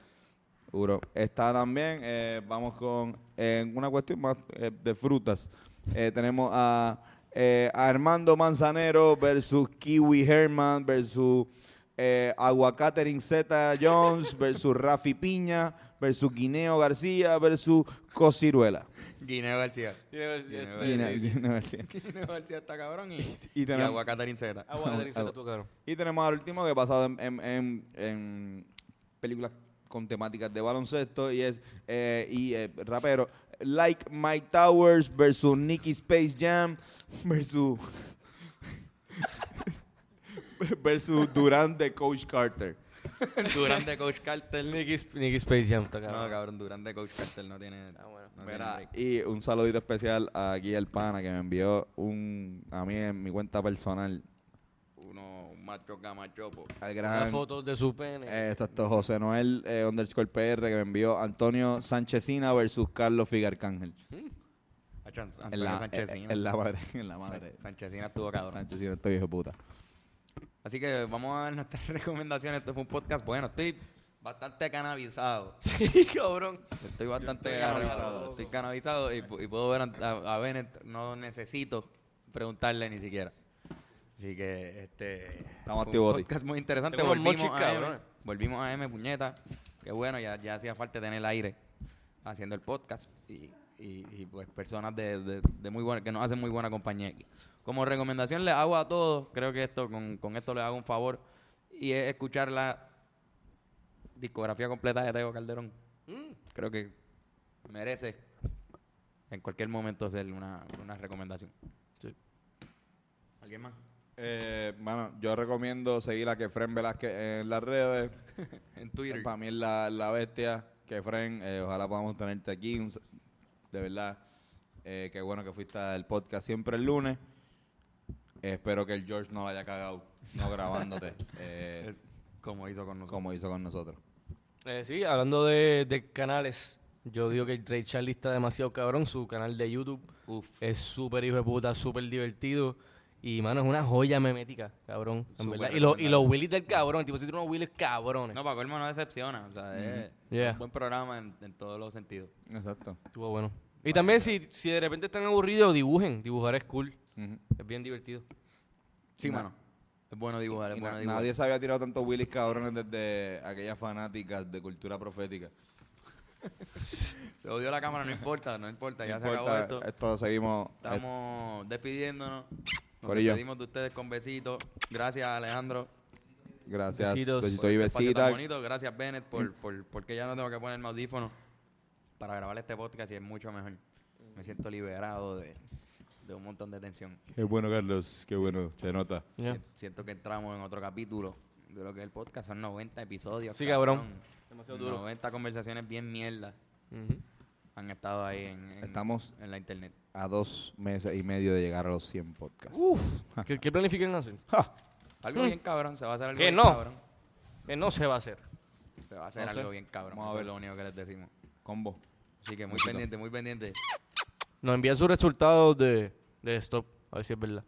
[SPEAKER 3] Seguro. Está también, eh, vamos con eh, una cuestión más eh, de frutas. Eh, tenemos a eh, Armando Manzanero versus Kiwi Herman versus eh, Agua Catherine Z Jones versus Rafi Piña versus Guineo García versus Cosiruela.
[SPEAKER 1] Guineo García.
[SPEAKER 2] Tiene- este,
[SPEAKER 3] Guineo-
[SPEAKER 2] sí, sí.
[SPEAKER 3] Guineo García.
[SPEAKER 1] Guineo García está cabrón y,
[SPEAKER 3] Y
[SPEAKER 1] y,
[SPEAKER 3] tenemos-
[SPEAKER 1] agua Catherine Zeta.
[SPEAKER 2] Agua de Adrián Santa,
[SPEAKER 3] Agua.
[SPEAKER 2] tú, cabrón.
[SPEAKER 3] Y tenemos al último que basado en, en, en- en películas con temáticas de baloncesto y es eh, y eh, rapero Like Mike Towers versus Nicky Space Jam versus versus Durant de Coach Carter.
[SPEAKER 1] Durán de Coach Carter.
[SPEAKER 2] Nicky, Nicky Space Jam está
[SPEAKER 1] No,
[SPEAKER 2] cabrón.
[SPEAKER 1] cabrón, Durán de Coach Carter no tiene.
[SPEAKER 2] Ah, bueno.
[SPEAKER 1] no tiene
[SPEAKER 3] Mira,
[SPEAKER 1] break.
[SPEAKER 3] y un saludito especial aquí al pana que me envió un a mí en mi cuenta personal
[SPEAKER 1] Uno un macho camachopo.
[SPEAKER 3] al
[SPEAKER 2] Las
[SPEAKER 3] gran
[SPEAKER 2] fotos de su pene.
[SPEAKER 3] Eh, está esto, José Noel eh, underscore PR que me envió Antonio Sánchezina versus Carlos Figarcángel.
[SPEAKER 1] A chance,
[SPEAKER 3] En
[SPEAKER 1] Ah, Antonio
[SPEAKER 3] la, eh,
[SPEAKER 1] Sanchezina.
[SPEAKER 3] en la madre, en la madre.
[SPEAKER 1] Sanchezina estuvo cabrón.
[SPEAKER 3] Sánchezina, este viejo puta.
[SPEAKER 1] Así que vamos a dar nuestras recomendaciones. Esto fue un podcast bueno. Estoy bastante canabizado.
[SPEAKER 2] sí, cabrón.
[SPEAKER 1] Estoy bastante
[SPEAKER 2] Yo estoy
[SPEAKER 1] canabizado.
[SPEAKER 2] canabizado.
[SPEAKER 1] Estoy canabizado y, pu- y puedo ver a, a- a Bennett. No necesito preguntarle ni siquiera. Así que este
[SPEAKER 3] Estamos
[SPEAKER 1] fue un
[SPEAKER 3] activos,
[SPEAKER 1] podcast muy interesante.
[SPEAKER 2] Tengo unos
[SPEAKER 1] Volvimos
[SPEAKER 2] mochis,
[SPEAKER 1] a, M,
[SPEAKER 2] cabrones.
[SPEAKER 1] volvimos a M, puñeta. Que bueno, ya, ya hacía falta tener el aire haciendo el podcast. Y, y- y, pues personas de, de- de muy buena, que nos hacen muy buena compañía aquí. Como recomendación les hago a todos, creo que esto con, con esto les hago un favor. Y es escuchar la discografía completa de Tego Calderón. Creo que merece en cualquier momento hacer una, una recomendación.
[SPEAKER 2] Sí.
[SPEAKER 1] ¿Alguien más?
[SPEAKER 3] Eh, bueno, yo recomiendo seguir a Kefren Velázquez en las redes.
[SPEAKER 1] En Twitter.
[SPEAKER 3] Para mí es la, la bestia. Kefren, eh, ojalá podamos tenerte aquí. un s- De verdad, eh, qué bueno que fuiste al podcast siempre el lunes. Eh, espero que el George no la haya cagado, no grabándote, eh,
[SPEAKER 1] Como hizo con nosotros.
[SPEAKER 3] como hizo con nosotros.
[SPEAKER 2] Eh, sí, hablando de, de canales, yo digo que Ray Charlie está demasiado cabrón. Su canal de YouTube
[SPEAKER 1] Uf.
[SPEAKER 2] es súper hijo de puta, súper divertido. Y, mano, es una joya memética, cabrón. en
[SPEAKER 1] Súper
[SPEAKER 2] verdad. Y, lo- y
[SPEAKER 1] recomendable.
[SPEAKER 2] los Willys del cabrón. El tipo se tiene unos Willys
[SPEAKER 3] Pues.
[SPEAKER 2] cabrones.
[SPEAKER 1] No, para colmo no decepciona. O sea, es
[SPEAKER 2] Yeah.
[SPEAKER 1] un buen programa en, en todos los sentidos.
[SPEAKER 3] Exacto.
[SPEAKER 2] Estuvo bueno. Y también, si, si de repente están aburridos, dibujen. Dibujar es cool.
[SPEAKER 3] Ujú.
[SPEAKER 2] Es bien divertido.
[SPEAKER 1] Sí,
[SPEAKER 3] Na-
[SPEAKER 1] mano. Es bueno dibujar, es
[SPEAKER 3] Y
[SPEAKER 1] bueno
[SPEAKER 3] na-
[SPEAKER 1] dibujar.
[SPEAKER 3] nadie se había tirado tantos Willis cabrones desde aquellas fanáticas de cultura profética.
[SPEAKER 1] Se odió la cámara, no importa, no importa. Ya
[SPEAKER 3] No
[SPEAKER 1] se
[SPEAKER 3] importa,
[SPEAKER 1] acabó esto.
[SPEAKER 3] esto seguimos. eh,
[SPEAKER 1] Estamos despidiéndonos. Nos
[SPEAKER 3] Corillo.
[SPEAKER 1] despedimos de ustedes con besitos. Gracias, Alejandro.
[SPEAKER 3] Gracias.
[SPEAKER 2] Besitos.
[SPEAKER 3] Besitos,
[SPEAKER 1] por
[SPEAKER 3] y
[SPEAKER 1] este espacio tan
[SPEAKER 3] besitas.
[SPEAKER 1] bonito. Gracias, Bennett,
[SPEAKER 3] Mm.
[SPEAKER 1] por, por, porque ya no tengo que poner el audífono para grabar este podcast y es mucho mejor. Me siento liberado de, de un montón de tensión.
[SPEAKER 3] Qué bueno, Carlos. Qué bueno. Se nota.
[SPEAKER 2] Ya.
[SPEAKER 1] Si- Siento que entramos en otro capítulo de lo que es el podcast. Son 90 episodios.
[SPEAKER 2] Sí, cabrón. Demasiado duro.
[SPEAKER 1] 90 conversaciones bien mierda
[SPEAKER 2] Ujú.
[SPEAKER 1] han estado ahí en, en-
[SPEAKER 3] Estamos-
[SPEAKER 1] en la internet.
[SPEAKER 3] A dos meses y medio de llegar a los 100 podcasts.
[SPEAKER 1] Uh.
[SPEAKER 2] ¿Qué, qué planifican hacer?
[SPEAKER 1] Algo bien cabrón, se va a hacer algo
[SPEAKER 2] ¿Qué
[SPEAKER 1] bien
[SPEAKER 2] no?
[SPEAKER 1] cabrón.
[SPEAKER 2] Que Eh, no se va a hacer.
[SPEAKER 1] Se va a hacer
[SPEAKER 3] No sé.
[SPEAKER 1] algo bien cabrón.
[SPEAKER 3] Vamos a
[SPEAKER 1] Eso
[SPEAKER 3] ver.
[SPEAKER 1] es lo único que les decimos.
[SPEAKER 3] Combo.
[SPEAKER 1] Así que muy
[SPEAKER 3] Muchito.
[SPEAKER 1] pendiente, muy pendiente.
[SPEAKER 2] Nos envían sus resultados de, de stop. A ver si es verdad.